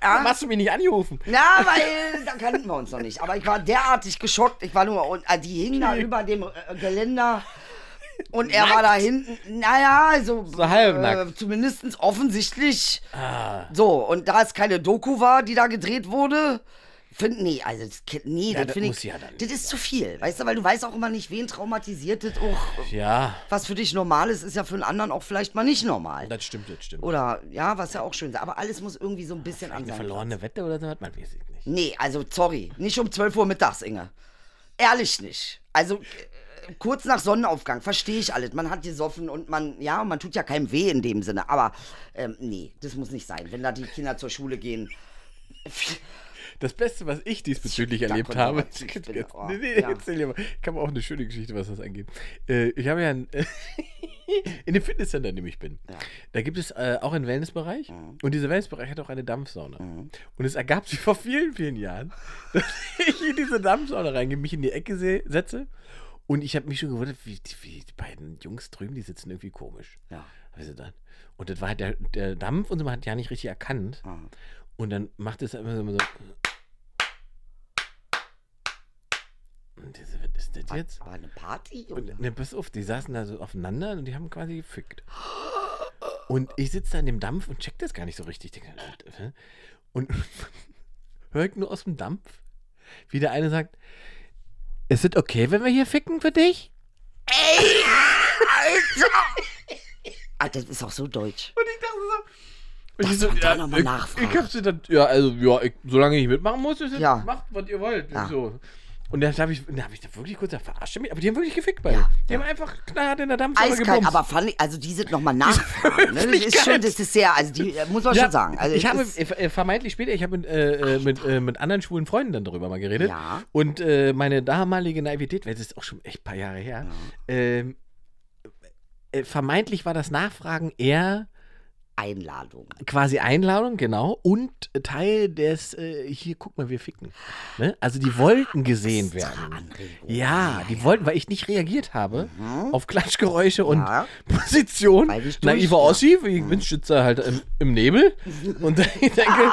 C: Ah.
B: Warum hast du mich nicht angerufen?
C: Na, weil da kannten wir uns noch nicht. Aber ich war derartig geschockt. Ich war nur, und äh, die hingen da über dem äh, Geländer. Und er war da hinten, naja, also
B: So halbnackt.
C: äh, zumindest offensichtlich. So, und da es keine Doku war, die da gedreht wurde, find, nee, also das, ki- nee,
B: Ja,
C: das
B: das
C: finde
B: muss
C: ich,
B: ja dann
C: das ist zu viel, weißt du, weil du weißt auch immer nicht, wen traumatisiert das auch.
B: Ja,
C: Was für dich normal ist, ist ja für einen anderen auch vielleicht mal nicht normal.
B: das stimmt, das stimmt.
C: Oder, ja, was ja auch schön ist, aber alles muss irgendwie so ein bisschen an
B: Eine
C: sein.
B: verlorene Wette oder so was? Man weiß es nicht.
C: Nee, also sorry, nicht um 12 Uhr mittags, Inge. Ehrlich nicht. Also äh, kurz nach Sonnenaufgang, verstehe ich alles. Man hat gesoffen und man, ja, man tut ja keinem weh in dem Sinne. Aber ähm, nee, das muss nicht sein. Wenn da die Kinder zur Schule gehen,
B: Das Beste, was ich diesbezüglich
C: Ich
B: erlebt
C: dachte,
B: habe.
C: ich
B: <laughs>
C: bin- oh,
B: nee, nee,
C: ja.
B: erzähl dir mal. Ich habe auch eine schöne Geschichte, was das angeht. Äh, Ich habe ja ein, <laughs> in dem Fitnesscenter, in dem ich bin. Da gibt es äh, auch einen Wellnessbereich
C: Mhm.
B: und dieser Wellnessbereich hat auch eine Dampfsauna. Und es ergab sich vor vielen, vielen Jahren, <laughs> dass ich in diese Dampfsauna reingehe, mich in die Ecke se setze und ich habe mich schon gewundert, wie, wie die beiden Jungs drüben, die sitzen irgendwie komisch.
C: Ja.
B: Weißt du dann? Und das war halt der, der Dampf und so, man hat ja nicht richtig erkannt. Und dann macht es einfach immer so. Und diese, was ist das jetzt?
C: war eine Party?
B: Und
C: Junge.
B: ne, pass auf, die saßen da so aufeinander und die haben quasi gefickt. Und ich sitze da in dem Dampf und check das gar nicht so richtig. Denk, äh, <laughs> Und höre ich nur aus dem Dampf, wie der eine sagt, Ist es okay, wenn wir hier ficken für dich?
C: Ah, das ist auch so deutsch.
B: Und ich
C: Lass doch da noch mal
B: ich,
C: nachfragen.
B: ich hab sie dann, ja, also, ja, ich, solange ich mitmachen muss, ist es,
C: Ja.
B: macht, was ihr wollt.
C: Ja.
B: So. Und dann habe ich, dann hab ich da wirklich kurz gesagt, verarscht mich. Aber die haben wirklich gefickt bei
C: Ja,
B: Die haben einfach knallhart in der Dampfsäule
C: Eiskalt,
B: gebumst.
C: aber fand ich, also die sind
B: <laughs>
C: nochmal nachfragen. Ne? Das ist schon, das ist sehr, also die äh, muss man schon sagen. Also
B: ich
C: es
B: habe
C: ist,
B: äh, vermeintlich später, ich habe mit, äh, äh, mit, äh, mit anderen schwulen Freunden dann darüber mal geredet.
C: Ja.
B: Und äh, meine damalige Naivität, weil das ist auch schon echt ein paar Jahre her, ähm, äh, vermeintlich war das Nachfragen eher
C: Einladung.
B: quasi Einladung, genau, und Teil des, äh, hier, guck mal, wir ficken. Ne? Also die wollten gesehen werden.
C: Anregung.
B: Ja, die wollten, weil ich nicht reagiert habe auf Klatschgeräusche und
C: Ja.
B: <laughs> Position.
C: Weil die durch-
B: Naiver Ossi, wie ich Windschützer halt im, im Nebel. Und <laughs> dann ich denke,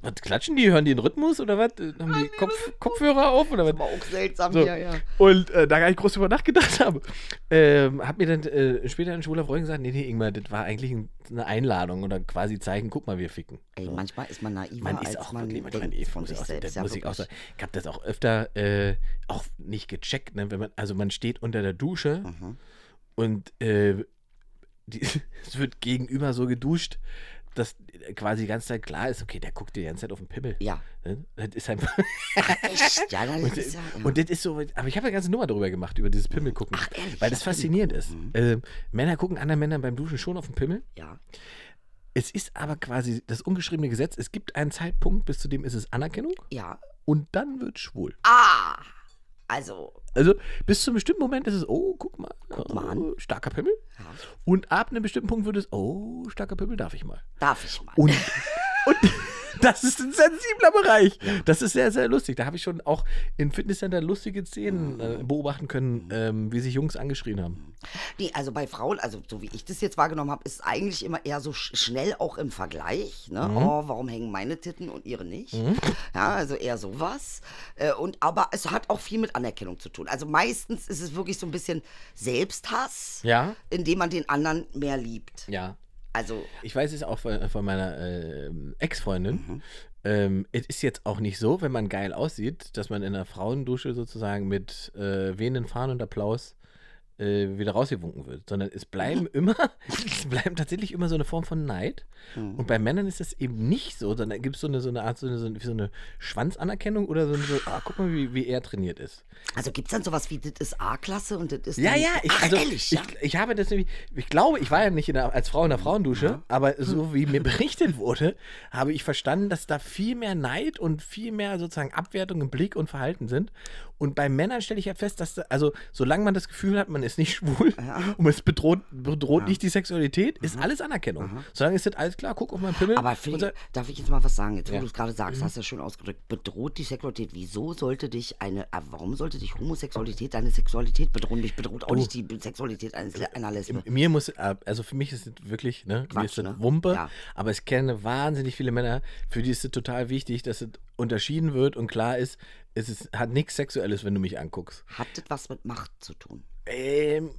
B: was klatschen die? Hören die den Rhythmus oder was? Äh, Haben die Kopf, Kopfhörer auf oder was?
C: Aber auch seltsam,
B: So.
C: ja, ja.
B: Und äh, da gar nicht groß drüber nachgedacht habe, ähm, hat mir dann äh, später ein schwuler Freund gesagt, nee, nee, Ingmar, das war eigentlich ein, eine Einladung oder quasi Zeichen, guck mal, wir ficken.
C: Ey, manchmal ist man naiver,
B: Man
C: als
B: ist auch
C: man
B: wirklich manchmal
C: denkt
B: naiv,
C: von
B: muss
C: sich
B: ich auch, sagen.
C: selbst.
B: das
C: Ja,
B: muss ich auch
C: wirklich.
B: sagen. Ich habe das auch öfter äh, auch nicht gecheckt, ne? wenn man, also man steht unter der Dusche
C: Mhm.
B: und äh, die, <laughs> es wird gegenüber so geduscht, dass quasi die ganze Zeit klar ist, okay, der guckt die ganze Zeit auf den Pimmel.
C: Ja,
B: Ne? Das ist halt,
C: echt? Ja, das
B: <laughs> und,
C: ist ja.
B: und das ist so, aber ich habe eine ganze Nummer darüber gemacht, über dieses Pimmelgucken.
C: Ach, ehrlich?
B: weil das faszinierend ist.
C: Mhm.
B: Ähm, Männer gucken anderen Männern beim Duschen schon auf den Pimmel.
C: Ja.
B: Es ist aber quasi das ungeschriebene Gesetz, es gibt einen Zeitpunkt, bis zu dem ist es Anerkennung
C: Ja.
B: und dann wird schwul.
C: Ah! Also,
B: Also bis zu einem bestimmten Moment ist es, oh, guck mal,
C: mal an.
B: oh, starker Pimmel.
C: Ja.
B: Und ab einem bestimmten Punkt wird es, oh, starker Pimmel, darf ich mal.
C: darf ich mal.
B: Und, und das ist ein sensibler Bereich. Das ist sehr, sehr lustig. Da habe ich schon auch im Fitnesscenter lustige Szenen äh, beobachten können, ähm, wie sich Jungs angeschrien haben.
C: Nee, also bei Frauen, also so wie ich das jetzt wahrgenommen habe, ist es eigentlich immer eher so sch schnell auch im Vergleich. Ne?
B: Mhm.
C: Oh, warum hängen meine Titten und ihre nicht? Ja, also eher sowas. Äh, und aber es hat auch viel mit Anerkennung zu tun. Also meistens ist es wirklich so ein bisschen Selbsthass,
B: Ja.
C: indem man den anderen mehr liebt.
B: Ja.
C: Also
B: Ich weiß es auch von, von meiner äh, Ex-Freundin. Ähm, es ist jetzt auch nicht so, wenn man geil aussieht, dass man in einer Frauendusche sozusagen mit äh, wehenden Fahnen und Applaus äh, wieder rausgewunken wird, sondern es bleiben immer, es bleiben tatsächlich immer so eine Form von Neid. Und bei Männern ist das eben nicht so, sondern gibt es so eine, so eine Art, so eine, so eine- so eine Schwanzanerkennung oder so, ein- so ah, guck mal, wie, wie er trainiert ist.
C: Also gibt es dann sowas wie, das ist A-Klasse und das ist.
B: Ja,
C: dann,
B: ja, ich,
C: Ach,
B: also,
C: ehrlich, ja.
B: ich, ich habe das nämlich, ich glaube, ich war ja nicht in der, als Frau in der Frauendusche, aber
C: Hm.
B: so wie mir berichtet wurde, habe ich verstanden, dass da viel mehr Neid und viel mehr sozusagen Abwertung im Blick und Verhalten sind. Und bei Männern stelle ich ja fest, dass, da, also solange man das Gefühl hat, man ist nicht schwul und es bedroht, bedroht nicht die Sexualität, ist alles Anerkennung. Solange ist das alles klar, guck auf meinen Pimmel.
C: Aber
B: und so-
C: Philipp, darf ich jetzt mal was sagen? Jetzt, wo
B: Ja. Mhm.
C: du es gerade sagst, hast du ja schön ausgedrückt. Bedroht die Sexualität? Wieso sollte dich eine, äh, warum sollte dich Homosexualität deine Sexualität bedrohen? Dich bedroht auch nicht die Be- Sexualität eines, Le- einer Lesbe.
B: Mir muss, äh, also für mich ist es wirklich, ne, mir
C: Hm. Quatsch,
B: ist das
C: ne?
B: Wumpe,
C: Ja.
B: aber ich kenne wahnsinnig viele Männer, für die ist es total wichtig, dass es unterschieden wird und klar ist, es ist, hat nichts Sexuelles, wenn du mich anguckst.
C: Hat das was mit Macht zu tun?
B: Ähm,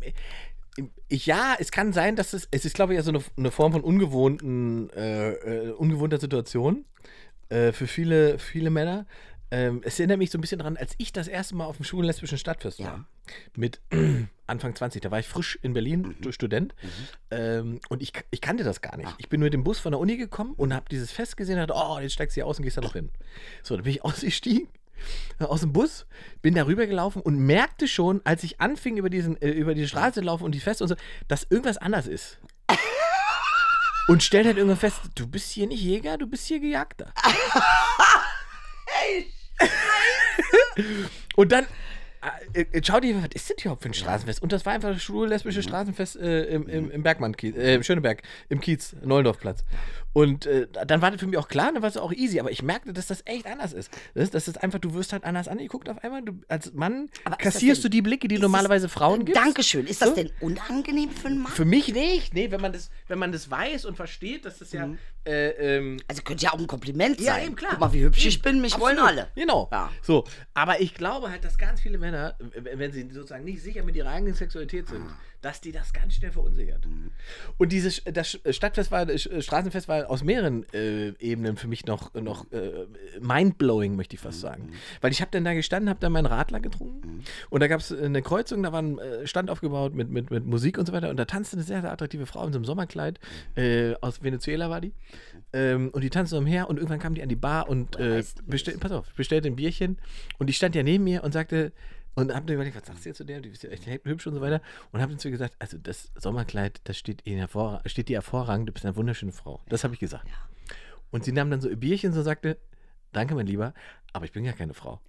B: ich, ja, es kann sein, dass es, es ist glaube ich ja so eine, eine Form von ungewohnten, äh, äh, ungewohnter Situation äh, für viele, viele Männer. Ähm, es erinnert mich so ein bisschen daran, als ich das erste Mal auf dem schwulen lesbischen Stadtfest
C: Ja.
B: war. Mit <clears throat> Anfang 20, da war ich frisch in Berlin, Student. Ähm, und ich, ich kannte das gar nicht. Ich bin nur mit dem Bus von der Uni gekommen und habe dieses Fest gesehen und dachte, oh, jetzt steigst du hier aus und gehst da noch hin. So, dann bin ich <laughs> ausgestiegen äh, aus dem Bus, bin da rübergelaufen und merkte schon, als ich anfing, über, diesen, äh, über die Straße zu laufen und die Feste und so, dass irgendwas anders ist. Und stellt halt irgendwann fest, du bist hier nicht Jäger, du bist hier
C: <laughs>
B: Gejagter. und dann äh, äh, schau dir, was ist das überhaupt für ein Straßenfest? Und das war einfach das
C: Mhm.
B: schwul-lesbische Straßenfest äh, im, im, im Bergmann, äh, im Schöneberg, im Kiez, Neulendorfplatz. Und äh, da- dann war das für mich auch klar, dann war es auch easy, aber ich merkte, dass das echt anders ist. Das, das ist einfach, du wirst halt anders angeguckt auf einmal. Du, als Mann
C: Aber ist das
B: kassierst du
C: denn-
B: die Blicke, die
C: ist
B: normalerweise
C: das-
B: Frauen gibst.
C: Dankeschön. Ist das
B: So?
C: denn unangenehm für einen Mann?
B: Für mich nicht. Nee, wenn man das, wenn man das weiß und versteht, dass das ja äh, ähm,
C: Also könnte ja auch ein Kompliment
B: Ja,
C: Mhm. sein.
B: eben, klar.
C: Guck mal, wie hübsch ich
B: Eben,
C: bin, mich
B: absolut.
C: wollen alle.
B: Genau.
C: Ja.
B: So, aber ich glaube halt, dass ganz viele Männer, w- wenn sie sozusagen nicht sicher mit ihrer eigenen Sexualität sind, dass die das ganz schnell verunsichert. Und dieses Sch- das Sch- Stadtfest war, das Sch- Straßenfest war aus mehreren äh, Ebenen für mich noch, noch äh, mindblowing, möchte ich fast sagen. Weil ich habe dann da gestanden, habe dann meinen Radler getrunken und da gab es eine Kreuzung, da war ein äh, Stand aufgebaut mit, mit, mit Musik und so weiter und da tanzte eine sehr, sehr attraktive Frau in so einem Sommerkleid, äh, aus Venezuela war die. Ähm, und die tanzten umher und irgendwann kam die an die Bar und äh,
C: weißt du
B: bestell, pass auf, bestellte ein Bierchen und die stand ja neben mir und sagte und hab dann überlegt, was sagst du jetzt zu der? Die ist ja echt hübsch und so weiter. Und hab dann zu ihr gesagt, also das Sommerkleid, das steht, ihnen hervor, steht dir hervorragend, du bist eine wunderschöne Frau. Das habe ich gesagt. Und sie nahm dann so ihr Bierchen und sagte, danke mein Lieber, aber ich bin ja keine Frau.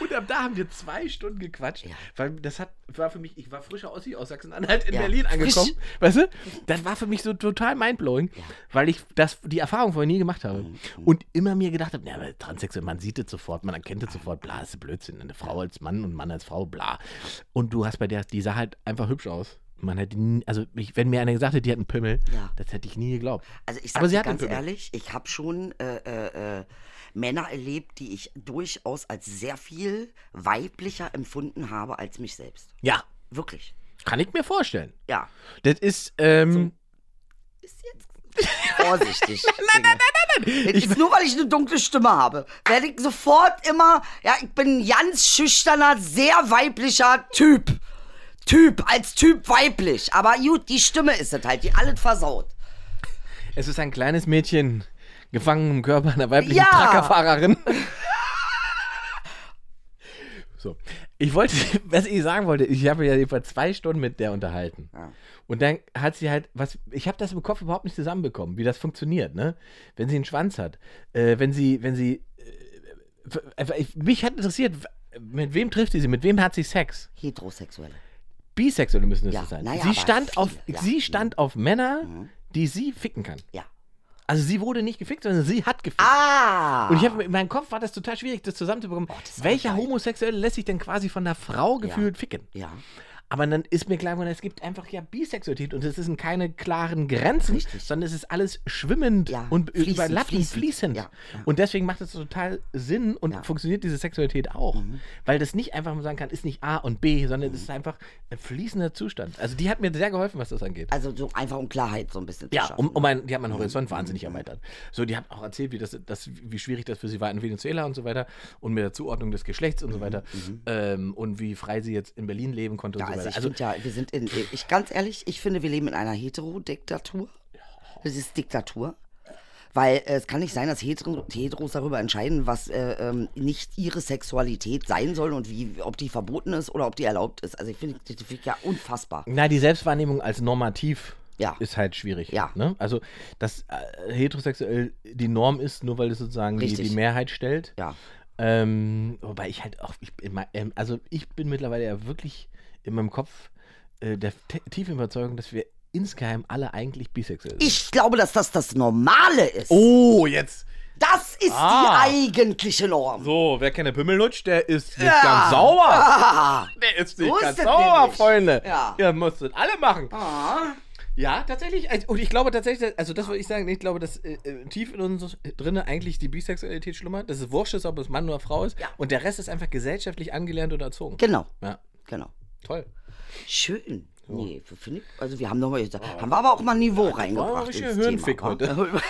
B: Und ab da haben wir zwei Stunden gequatscht, weil das hat, war für mich, ich war frischer Ossi aus Sachsen-Anhalt in
C: Ja.
B: Berlin angekommen,
C: Frisch.
B: weißt du? Das war für mich so total mindblowing, weil ich das, die Erfahrung vorher nie gemacht habe
C: Mhm.
B: und immer mir gedacht habe, na, aber transsexuell, man sieht es sofort, man erkennt es sofort, bla, ist Blödsinn, eine Frau als Mann und Mann als Frau, bla. Und du hast bei der, die sah halt einfach hübsch aus. Man hätte nie, also ich, wenn mir einer gesagt hätte, die hat einen Pimmel,
C: Ja.
B: das hätte ich nie geglaubt.
C: Also ich
B: Aber
C: sage
B: sie
C: dir
B: hat einen
C: ganz
B: Pimmel.
C: ehrlich, ich habe schon äh, äh, äh, Männer erlebt, die ich durchaus als sehr viel weiblicher empfunden habe als mich selbst.
B: Ja,
C: Wirklich.
B: kann ich mir vorstellen.
C: Ja.
B: Das ist, ähm,
C: Ist jetzt vorsichtig. <laughs> nein, nein, nein, nein, nein. Ist nur weil ich eine dunkle Stimme habe, werde ich sofort immer, ja, ich bin ein ganz schüchterner, sehr weiblicher Typ. Typ, als Typ weiblich. Aber gut, die Stimme ist es halt, die alles versaut.
B: es ist ein kleines Mädchen gefangen im Körper einer weiblichen
C: Ja. <laughs>
B: Truckerfahrerin. so, ich wollte, <laughs> was ich sagen wollte, ich habe ja über zwei Stunden mit der unterhalten.
C: Ja.
B: Und dann hat sie halt, was, ich habe das im Kopf überhaupt nicht zusammenbekommen, wie das funktioniert, ne? Wenn sie einen Schwanz hat, äh, wenn sie, wenn sie, äh, einfach- ich- mich hat interessiert, w- mit wem trifft sie sie, mit wem hat sie Sex?
C: Heterosexuelle.
B: Bisexuelle müssen es
C: Ja,
B: sein.
C: naja,
B: sie
C: aber
B: stand,
C: viele,
B: auf,
C: ja. Mhm.
B: sie stand auf Männer, die sie ficken kann.
C: Ja.
B: Also sie wurde nicht gefickt, sondern sie hat gefickt.
C: Ah!
B: Und ich hab, in meinem Kopf war das total schwierig, das zusammenzubekommen.
C: Oh,
B: Welcher Homosexuelle lässt sich denn quasi von einer Frau gefühlt ficken?
C: ja.
B: Aber dann ist mir klar geworden, es gibt einfach ja Bisexualität und es sind keine klaren Grenzen,
C: Richtig.
B: sondern es ist alles schwimmend
C: Ja,
B: und
C: fließend,
B: überlappend,
C: fließend.
B: fließend.
C: Ja, ja.
B: Und deswegen macht es total Sinn und
C: Ja. Mhm.
B: funktioniert diese Sexualität auch. Weil das nicht einfach mal sagen kann, ist nicht A und B, sondern es ist einfach ein fließender Zustand. Also die hat mir sehr geholfen, was das angeht.
C: Also so einfach um Klarheit so ein bisschen zu
B: Ja,
C: schaffen. Mhm.
B: um, um mein, die hat meinen Horizont wahnsinnig erweitert. So, die hat auch erzählt, wie, das, das, wie schwierig das für sie war in Venezuela und so weiter und mit der Zuordnung des Geschlechts
C: Mhm,
B: und so weiter ähm, und wie frei sie jetzt in Berlin leben konnte
C: ja,
B: und so weiter.
C: also ich
B: Also,
C: finde ja, wir
B: <clears throat>
C: sind in, ich ganz ehrlich, ich finde, wir leben in einer Heterodiktatur. Das ist Diktatur. Weil äh, es kann nicht sein, dass Hetero, Heteros darüber entscheiden, was äh, ähm, nicht ihre Sexualität sein soll und wie, ob die verboten ist oder ob die erlaubt ist. Also ich finde, das finde ich ja unfassbar.
B: na, die Selbstwahrnehmung als normativ
C: Ja.
B: ist halt schwierig.
C: Ja.
B: Ne? Also, dass äh, heterosexuell die Norm ist, nur weil es sozusagen die,
C: Richtig.
B: die Mehrheit stellt.
C: Ja.
B: Ähm, wobei ich halt auch, ich bin mal, ähm, also ich bin mittlerweile ja wirklich in meinem Kopf äh, der t- tiefen Überzeugung, dass wir insgeheim alle eigentlich bisexuell sind.
C: Ich glaube, dass das das Normale ist.
B: Oh, jetzt.
C: Das ist
B: Ah.
C: die eigentliche Norm.
B: So, wer keine Pimmel lutscht, der ist nicht
C: Ja.
B: ganz sauber.
C: Ah.
B: Der ist nicht
C: So ist
B: ganz
C: das
B: sauber,
C: nämlich.
B: Freunde.
C: Ja.
B: Ihr müsst das alle machen.
C: Ah.
B: Ja, tatsächlich. Also- Und ich glaube tatsächlich, also das würde ich sagen, ich glaube, dass äh, äh, tief in uns drinne eigentlich die Bisexualität schlummert, dass es wurscht ist, ob es Mann oder Frau ist. Und der Rest ist einfach gesellschaftlich angelernt oder erzogen.
C: Genau,
B: ja,
C: genau.
B: toll.
C: Schön. Nee, finde ich. Also wir haben noch mal, haben wir aber auch mal ein Niveau
B: war aber
C: reingebracht.
B: richtig
C: ins
B: Hirnfick
C: Thema, <laughs> wa?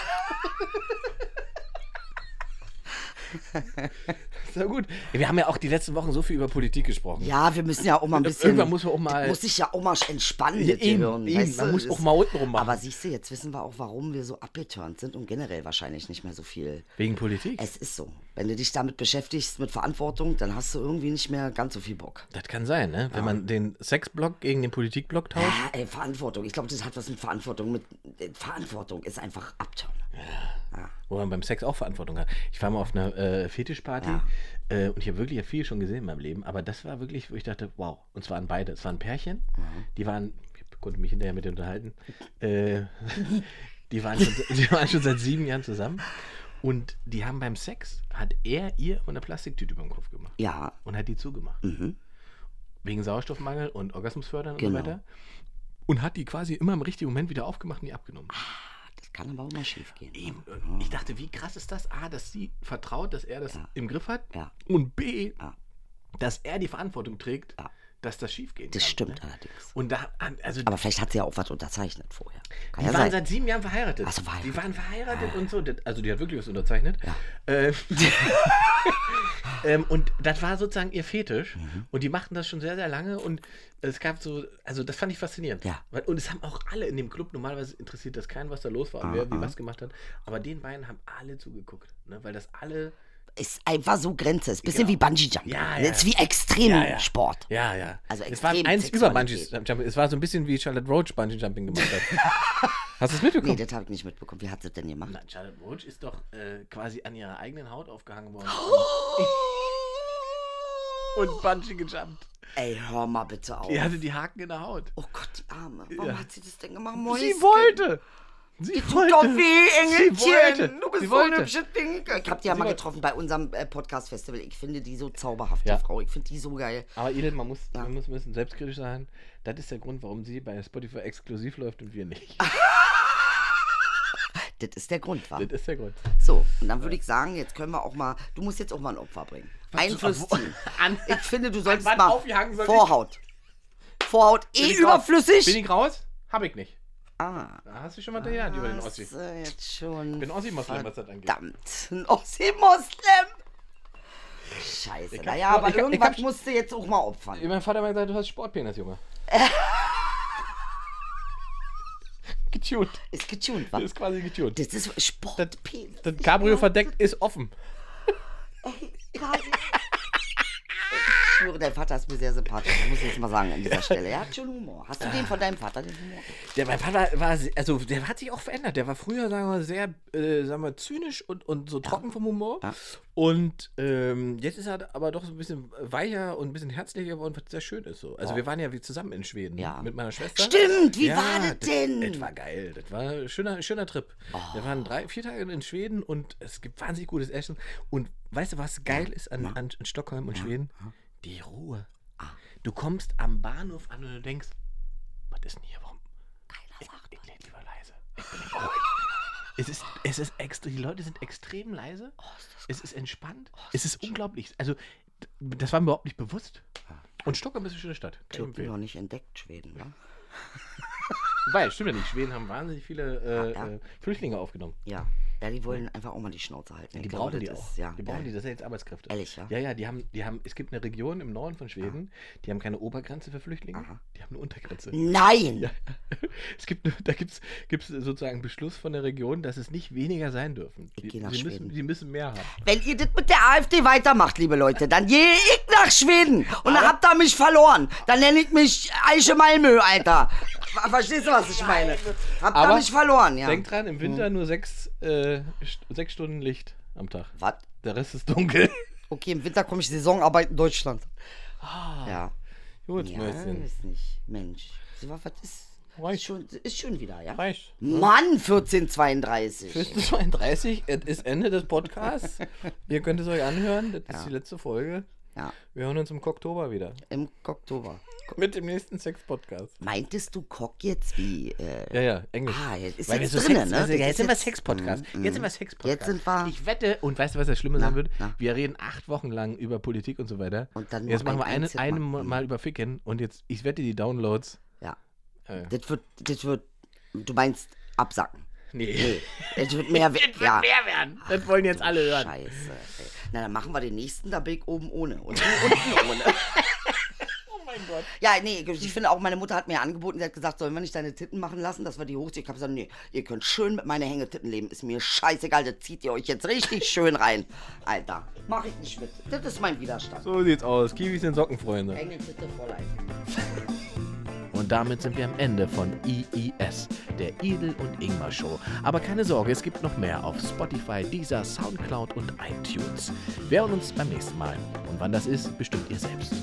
B: Sehr gut. Wir haben ja auch die letzten Wochen so viel über Politik gesprochen.
C: Ja, wir müssen ja auch mal ein bisschen.
B: Äh, Irgendwann muss man auch mal-
C: Muss sich ja auch mal entspannen.
B: Ja,
C: das
B: eben,
C: Gehirn,
B: eben.
C: weißt
B: Man
C: du,
B: muss
C: das-
B: auch mal unten rum machen.
C: Aber siehst du, jetzt wissen wir auch, warum wir so abgeturnt sind und generell wahrscheinlich nicht mehr so viel.
B: Wegen Politik?
C: Es ist so. Wenn du dich damit beschäftigst, mit Verantwortung, dann hast du irgendwie nicht mehr ganz so viel Bock.
B: Das kann sein, ne? Wenn man den Sexblock gegen den Politikblock tauscht.
C: Ja, ey, Verantwortung. Ich glaube, das hat was mit Verantwortung. Mit äh, Verantwortung ist einfach Abturn.
B: wo man beim Sex auch Verantwortung hat. Ich war mal auf einer äh, Fetischparty äh, und ich habe wirklich ja viel schon gesehen in meinem Leben, aber das war wirklich, wo ich dachte, wow. Und zwar an beide. Es waren Pärchen, die waren, ich konnte mich hinterher mit denen unterhalten, äh, die, waren schon, die waren schon seit sieben Jahren zusammen und die haben beim Sex, hat er ihr immer eine Plastiktüte über den Kopf gemacht
C: Ja,
B: und hat die zugemacht. Wegen Sauerstoffmangel und Orgasmusfördern
C: Genau.
B: und so weiter. und hat die quasi immer im richtigen Moment wieder aufgemacht und die abgenommen.
C: Das kann aber auch mal schief gehen.
B: Eben. Ich dachte, wie krass ist das? A, dass sie vertraut, dass er das im Griff hat.
C: Ja.
B: Und B,
C: Ja.
B: dass er die Verantwortung trägt,
C: Ja.
B: dass das schief geht.
C: Das stimmt allerdings.
B: Und da, also
C: Aber vielleicht hat sie ja auch was unterzeichnet vorher. Kann
B: die
C: ja
B: waren
C: sein.
B: seit sieben Jahren verheiratet.
C: Ach so, verheiratet. Ah.
B: Die waren verheiratet und so. Das- Also die hat wirklich was unterzeichnet.
C: <laughs>
B: Ähm, ähm, und das war sozusagen ihr Fetisch.
C: Mhm.
B: Und die machten das schon sehr, sehr lange. Und es gab so, also das fand ich faszinierend.
C: Ja.
B: Weil- Und es haben auch alle in dem Club, normalerweise interessiert das keinen, was da los war und wer wie was gemacht hat. Aber den beiden haben alle zugeguckt. Ne? Weil das alle,
C: Ist einfach so Grenze. Ist ein bisschen
B: Genau.
C: wie Bungee Jump.
B: Ja, ja.
C: Das ist wie Extremsport.
B: ja, ja.
C: Also
B: es war
C: extrem
B: eins über Bungee
C: Sexualität.
B: Jumping. Es war so ein bisschen wie Charlotte Roach Bungee Jumping gemacht hat.
C: <laughs>
B: Hast du es mitbekommen?
C: Nee, das habe ich nicht mitbekommen. Wie hat sie das denn gemacht?
B: Oh. Nein, Charlotte Roach ist doch äh, quasi an ihrer eigenen Haut aufgehangen worden.
C: Oh.
B: Und Bungee gejumpt.
C: <laughs> Ey, hör mal bitte auf.
B: Die hatte die Haken in der Haut.
C: Oh Gott, die Arme. Warum
B: Ja.
C: hat sie das denn gemacht? Mäuschen?
B: Sie wollte! Sie
C: Doch,
B: wollte!
C: weh,
B: Sie wollte.
C: Engelchen. Du bist
B: Sie
C: so ein
B: wollte.
C: hübsches Ding. Ich habe die ja mal
B: wollte.
C: getroffen bei unserem äh, Podcast-Festival. Ich finde die so zauberhaft,
B: Ja.
C: die Frau. Ich finde die so geil.
B: Aber Edel, man muss, man muss ein bisschen selbstkritisch sein. Das ist der Grund, warum sie bei Spotify exklusiv läuft und wir nicht.
C: Ah. Das ist der Grund, wa?
B: Das ist der Grund.
C: So, und dann würde ich sagen, jetzt können wir auch mal. Du musst jetzt auch mal ein Opfer bringen. Einflussteam.
B: <laughs> An-
C: Ich finde, du solltest
B: wann
C: mal.
B: aufgehangen soll ich-
C: Vorhaut. Vorhaut eh
B: ich
C: überflüssig.
B: Bin ich raus? Hab ich nicht.
C: ah,
B: Da hast du schon mal gelernt über den Ossi.
C: hast du jetzt schon.
B: Ich bin Ossi-Moslem, was das angeht.
C: Verdammt, ein Ossi-Moslem. Scheiße,
B: hab-
C: naja, aber
B: ich hab- ich
C: irgendwas
B: hab-
C: musst du jetzt auch mal opfern.
B: Äh, Mein Vater hat mal gesagt, du hast Sportpenis, Junge. Getuned.
C: Ist getuned,
B: Das
C: was?
B: ist quasi getuned.
C: Das ist Sportpenis.
B: Das Cabrio verdeckt ist offen.
C: Ich schwöre, dein Vater ist mir sehr sympathisch. Das muss ich jetzt mal sagen an dieser Stelle. Er hat schon Humor. Hast du den von deinem Vater, den Humor?
B: Der, mein Vater war, se- also der hat sich auch verändert. Der war früher, sagen wir mal, sehr, äh, sagen wir, zynisch und, und so trocken vom Humor. Und ähm, jetzt ist er aber doch so ein bisschen weicher und ein bisschen herzlicher geworden, was sehr schön ist so. Also wir waren ja wie zusammen in Schweden
C: Ja.
B: mit meiner Schwester.
C: Stimmt, wie war das denn? Oh.
B: Das war geil. Das war ein schöner, schöner Trip. Wir waren drei, vier Tage in Schweden und es gibt wahnsinnig gutes Essen. Und weißt du, was geil ist an, an in Stockholm und Schweden? Die Ruhe.
C: Ah.
B: Du kommst am Bahnhof an und du denkst, was ist denn hier? Warum? Ich, ich lebe lieber leise. Ich bin
C: <laughs>
B: nicht ruhig. Es ist, es ist extra, die Leute sind extrem leise.
C: Oh,
B: es ist entspannt. es ist unglaublich. Also, d- das war mir überhaupt nicht bewusst.
C: Ah.
B: Und Stockholm ist eine schöne Stadt. Kann ich
C: Türken
B: empfehlen.
C: noch nicht entdeckt, Schweden, ne?
B: Weil, stimmt ja nicht. Schweden haben wahnsinnig viele äh,
C: Ah, Ja, ja.
B: äh, Flüchtlinge aufgenommen.
C: Ja. Ja, die wollen einfach auch mal die Schnauze halten.
B: Die
C: Ich glaube,
B: brauchen die
C: das
B: auch.
C: Ist, ja,
B: die brauchen
C: ja.
B: die, das sind jetzt Arbeitskräfte.
C: Ehrlich, ja? Ah.
B: Ja, ja, die haben, die haben, es gibt eine Region im Norden von Schweden, die haben keine Obergrenze für Flüchtlinge, die haben eine Untergrenze.
C: Nein!
B: Es gibt, da gibt es sozusagen einen Beschluss von der Region, dass es nicht weniger sein dürfen.
C: Ich
B: Die-
C: geh nach
B: sie, müssen,
C: Schweden.
B: sie müssen mehr haben.
C: Wenn ihr das mit der AfD weitermacht, liebe Leute, dann gehe ich nach Schweden und dann habt ihr mich verloren. Dann nenne ich mich Eiche Malmö, Alter. Ver- Verstehst du, was ich meine? Habt ihr
B: Aber
C: mich verloren, ja.
B: Denk dran, im Winter nur sechs, äh, st sechs Stunden Licht am Tag.
C: Was?
B: Der Rest ist dunkel.
C: Okay, im Winter komme ich Saisonarbeit in Deutschland.
B: Ah.
C: Ja.
B: <laughs> Gut,
C: Ja,
B: Mäuschen.
C: weiß nicht. Mensch. So, Was was ist? Ist
B: Reicht.
C: schon, ist schon wieder, ja?
B: Reicht.
C: Mann, 1432.
B: 1432, es ist Ende des <laughs> Podcasts. Ihr könnt es euch anhören. Das ist die letzte Folge.
C: Ja,
B: Wir hören uns im Oktober wieder.
C: im Oktober.
B: Mit dem nächsten Sex-Podcast.
C: Meintest du Kock jetzt wie äh,
B: Ja, ja, Englisch.
C: Ah, jetzt ist
B: Weil
C: jetzt
B: wir so
C: drinnen,
B: Sex-
C: ne?
B: also,
C: Das
B: ja,
C: ist
B: jetzt sind wir
C: jetzt-
B: Sex-Podcast.
C: Mm, mm.
B: Jetzt sind wir Sex-Podcast.
C: Jetzt sind wir-
B: Ich wette, und weißt du, was das Schlimme sein wird?
C: na.
B: Wir reden acht Wochen lang über Politik und so weiter.
C: Und dann nur
B: jetzt machen wir
C: ein
B: eine,
C: einziges
B: eine
C: Mal.
B: Mal, über Ficken und jetzt, ich wette, die Downloads.
C: Ja.
B: Äh.
C: Das wird, das wird, du meinst absacken.
B: Nee.
C: <laughs> Das wird mehr werden.
B: <laughs>
C: ja.
B: Mehr werden. Das wollen jetzt alle hören.
C: Scheiße. Ey. Na, dann machen wir den nächsten, da bin ich oben ohne.
B: <laughs>
C: Und du unten ohne.
B: Oh mein Gott.
C: Ja, nee, ich finde auch, meine Mutter hat mir angeboten, sie hat gesagt, sollen wir nicht deine Titten machen lassen, dass wir die hochziehen. Ich habe gesagt, nee, ihr könnt schön mit meinen Hängetitten leben. Ist mir scheißegal, das zieht ihr euch jetzt richtig schön rein. Alter, mach ich nicht mit. Das ist mein Widerstand.
B: So sieht's aus. Kiwis sind Sockenfreunde.
C: Engeltitte Fräulein.
A: Und damit sind wir am Ende von IIS, der Idel und Ingmar Show. Aber keine Sorge, es gibt noch mehr auf Spotify, Deezer, Soundcloud und iTunes. Wir hören uns beim nächsten Mal. Und wann das ist, bestimmt ihr selbst.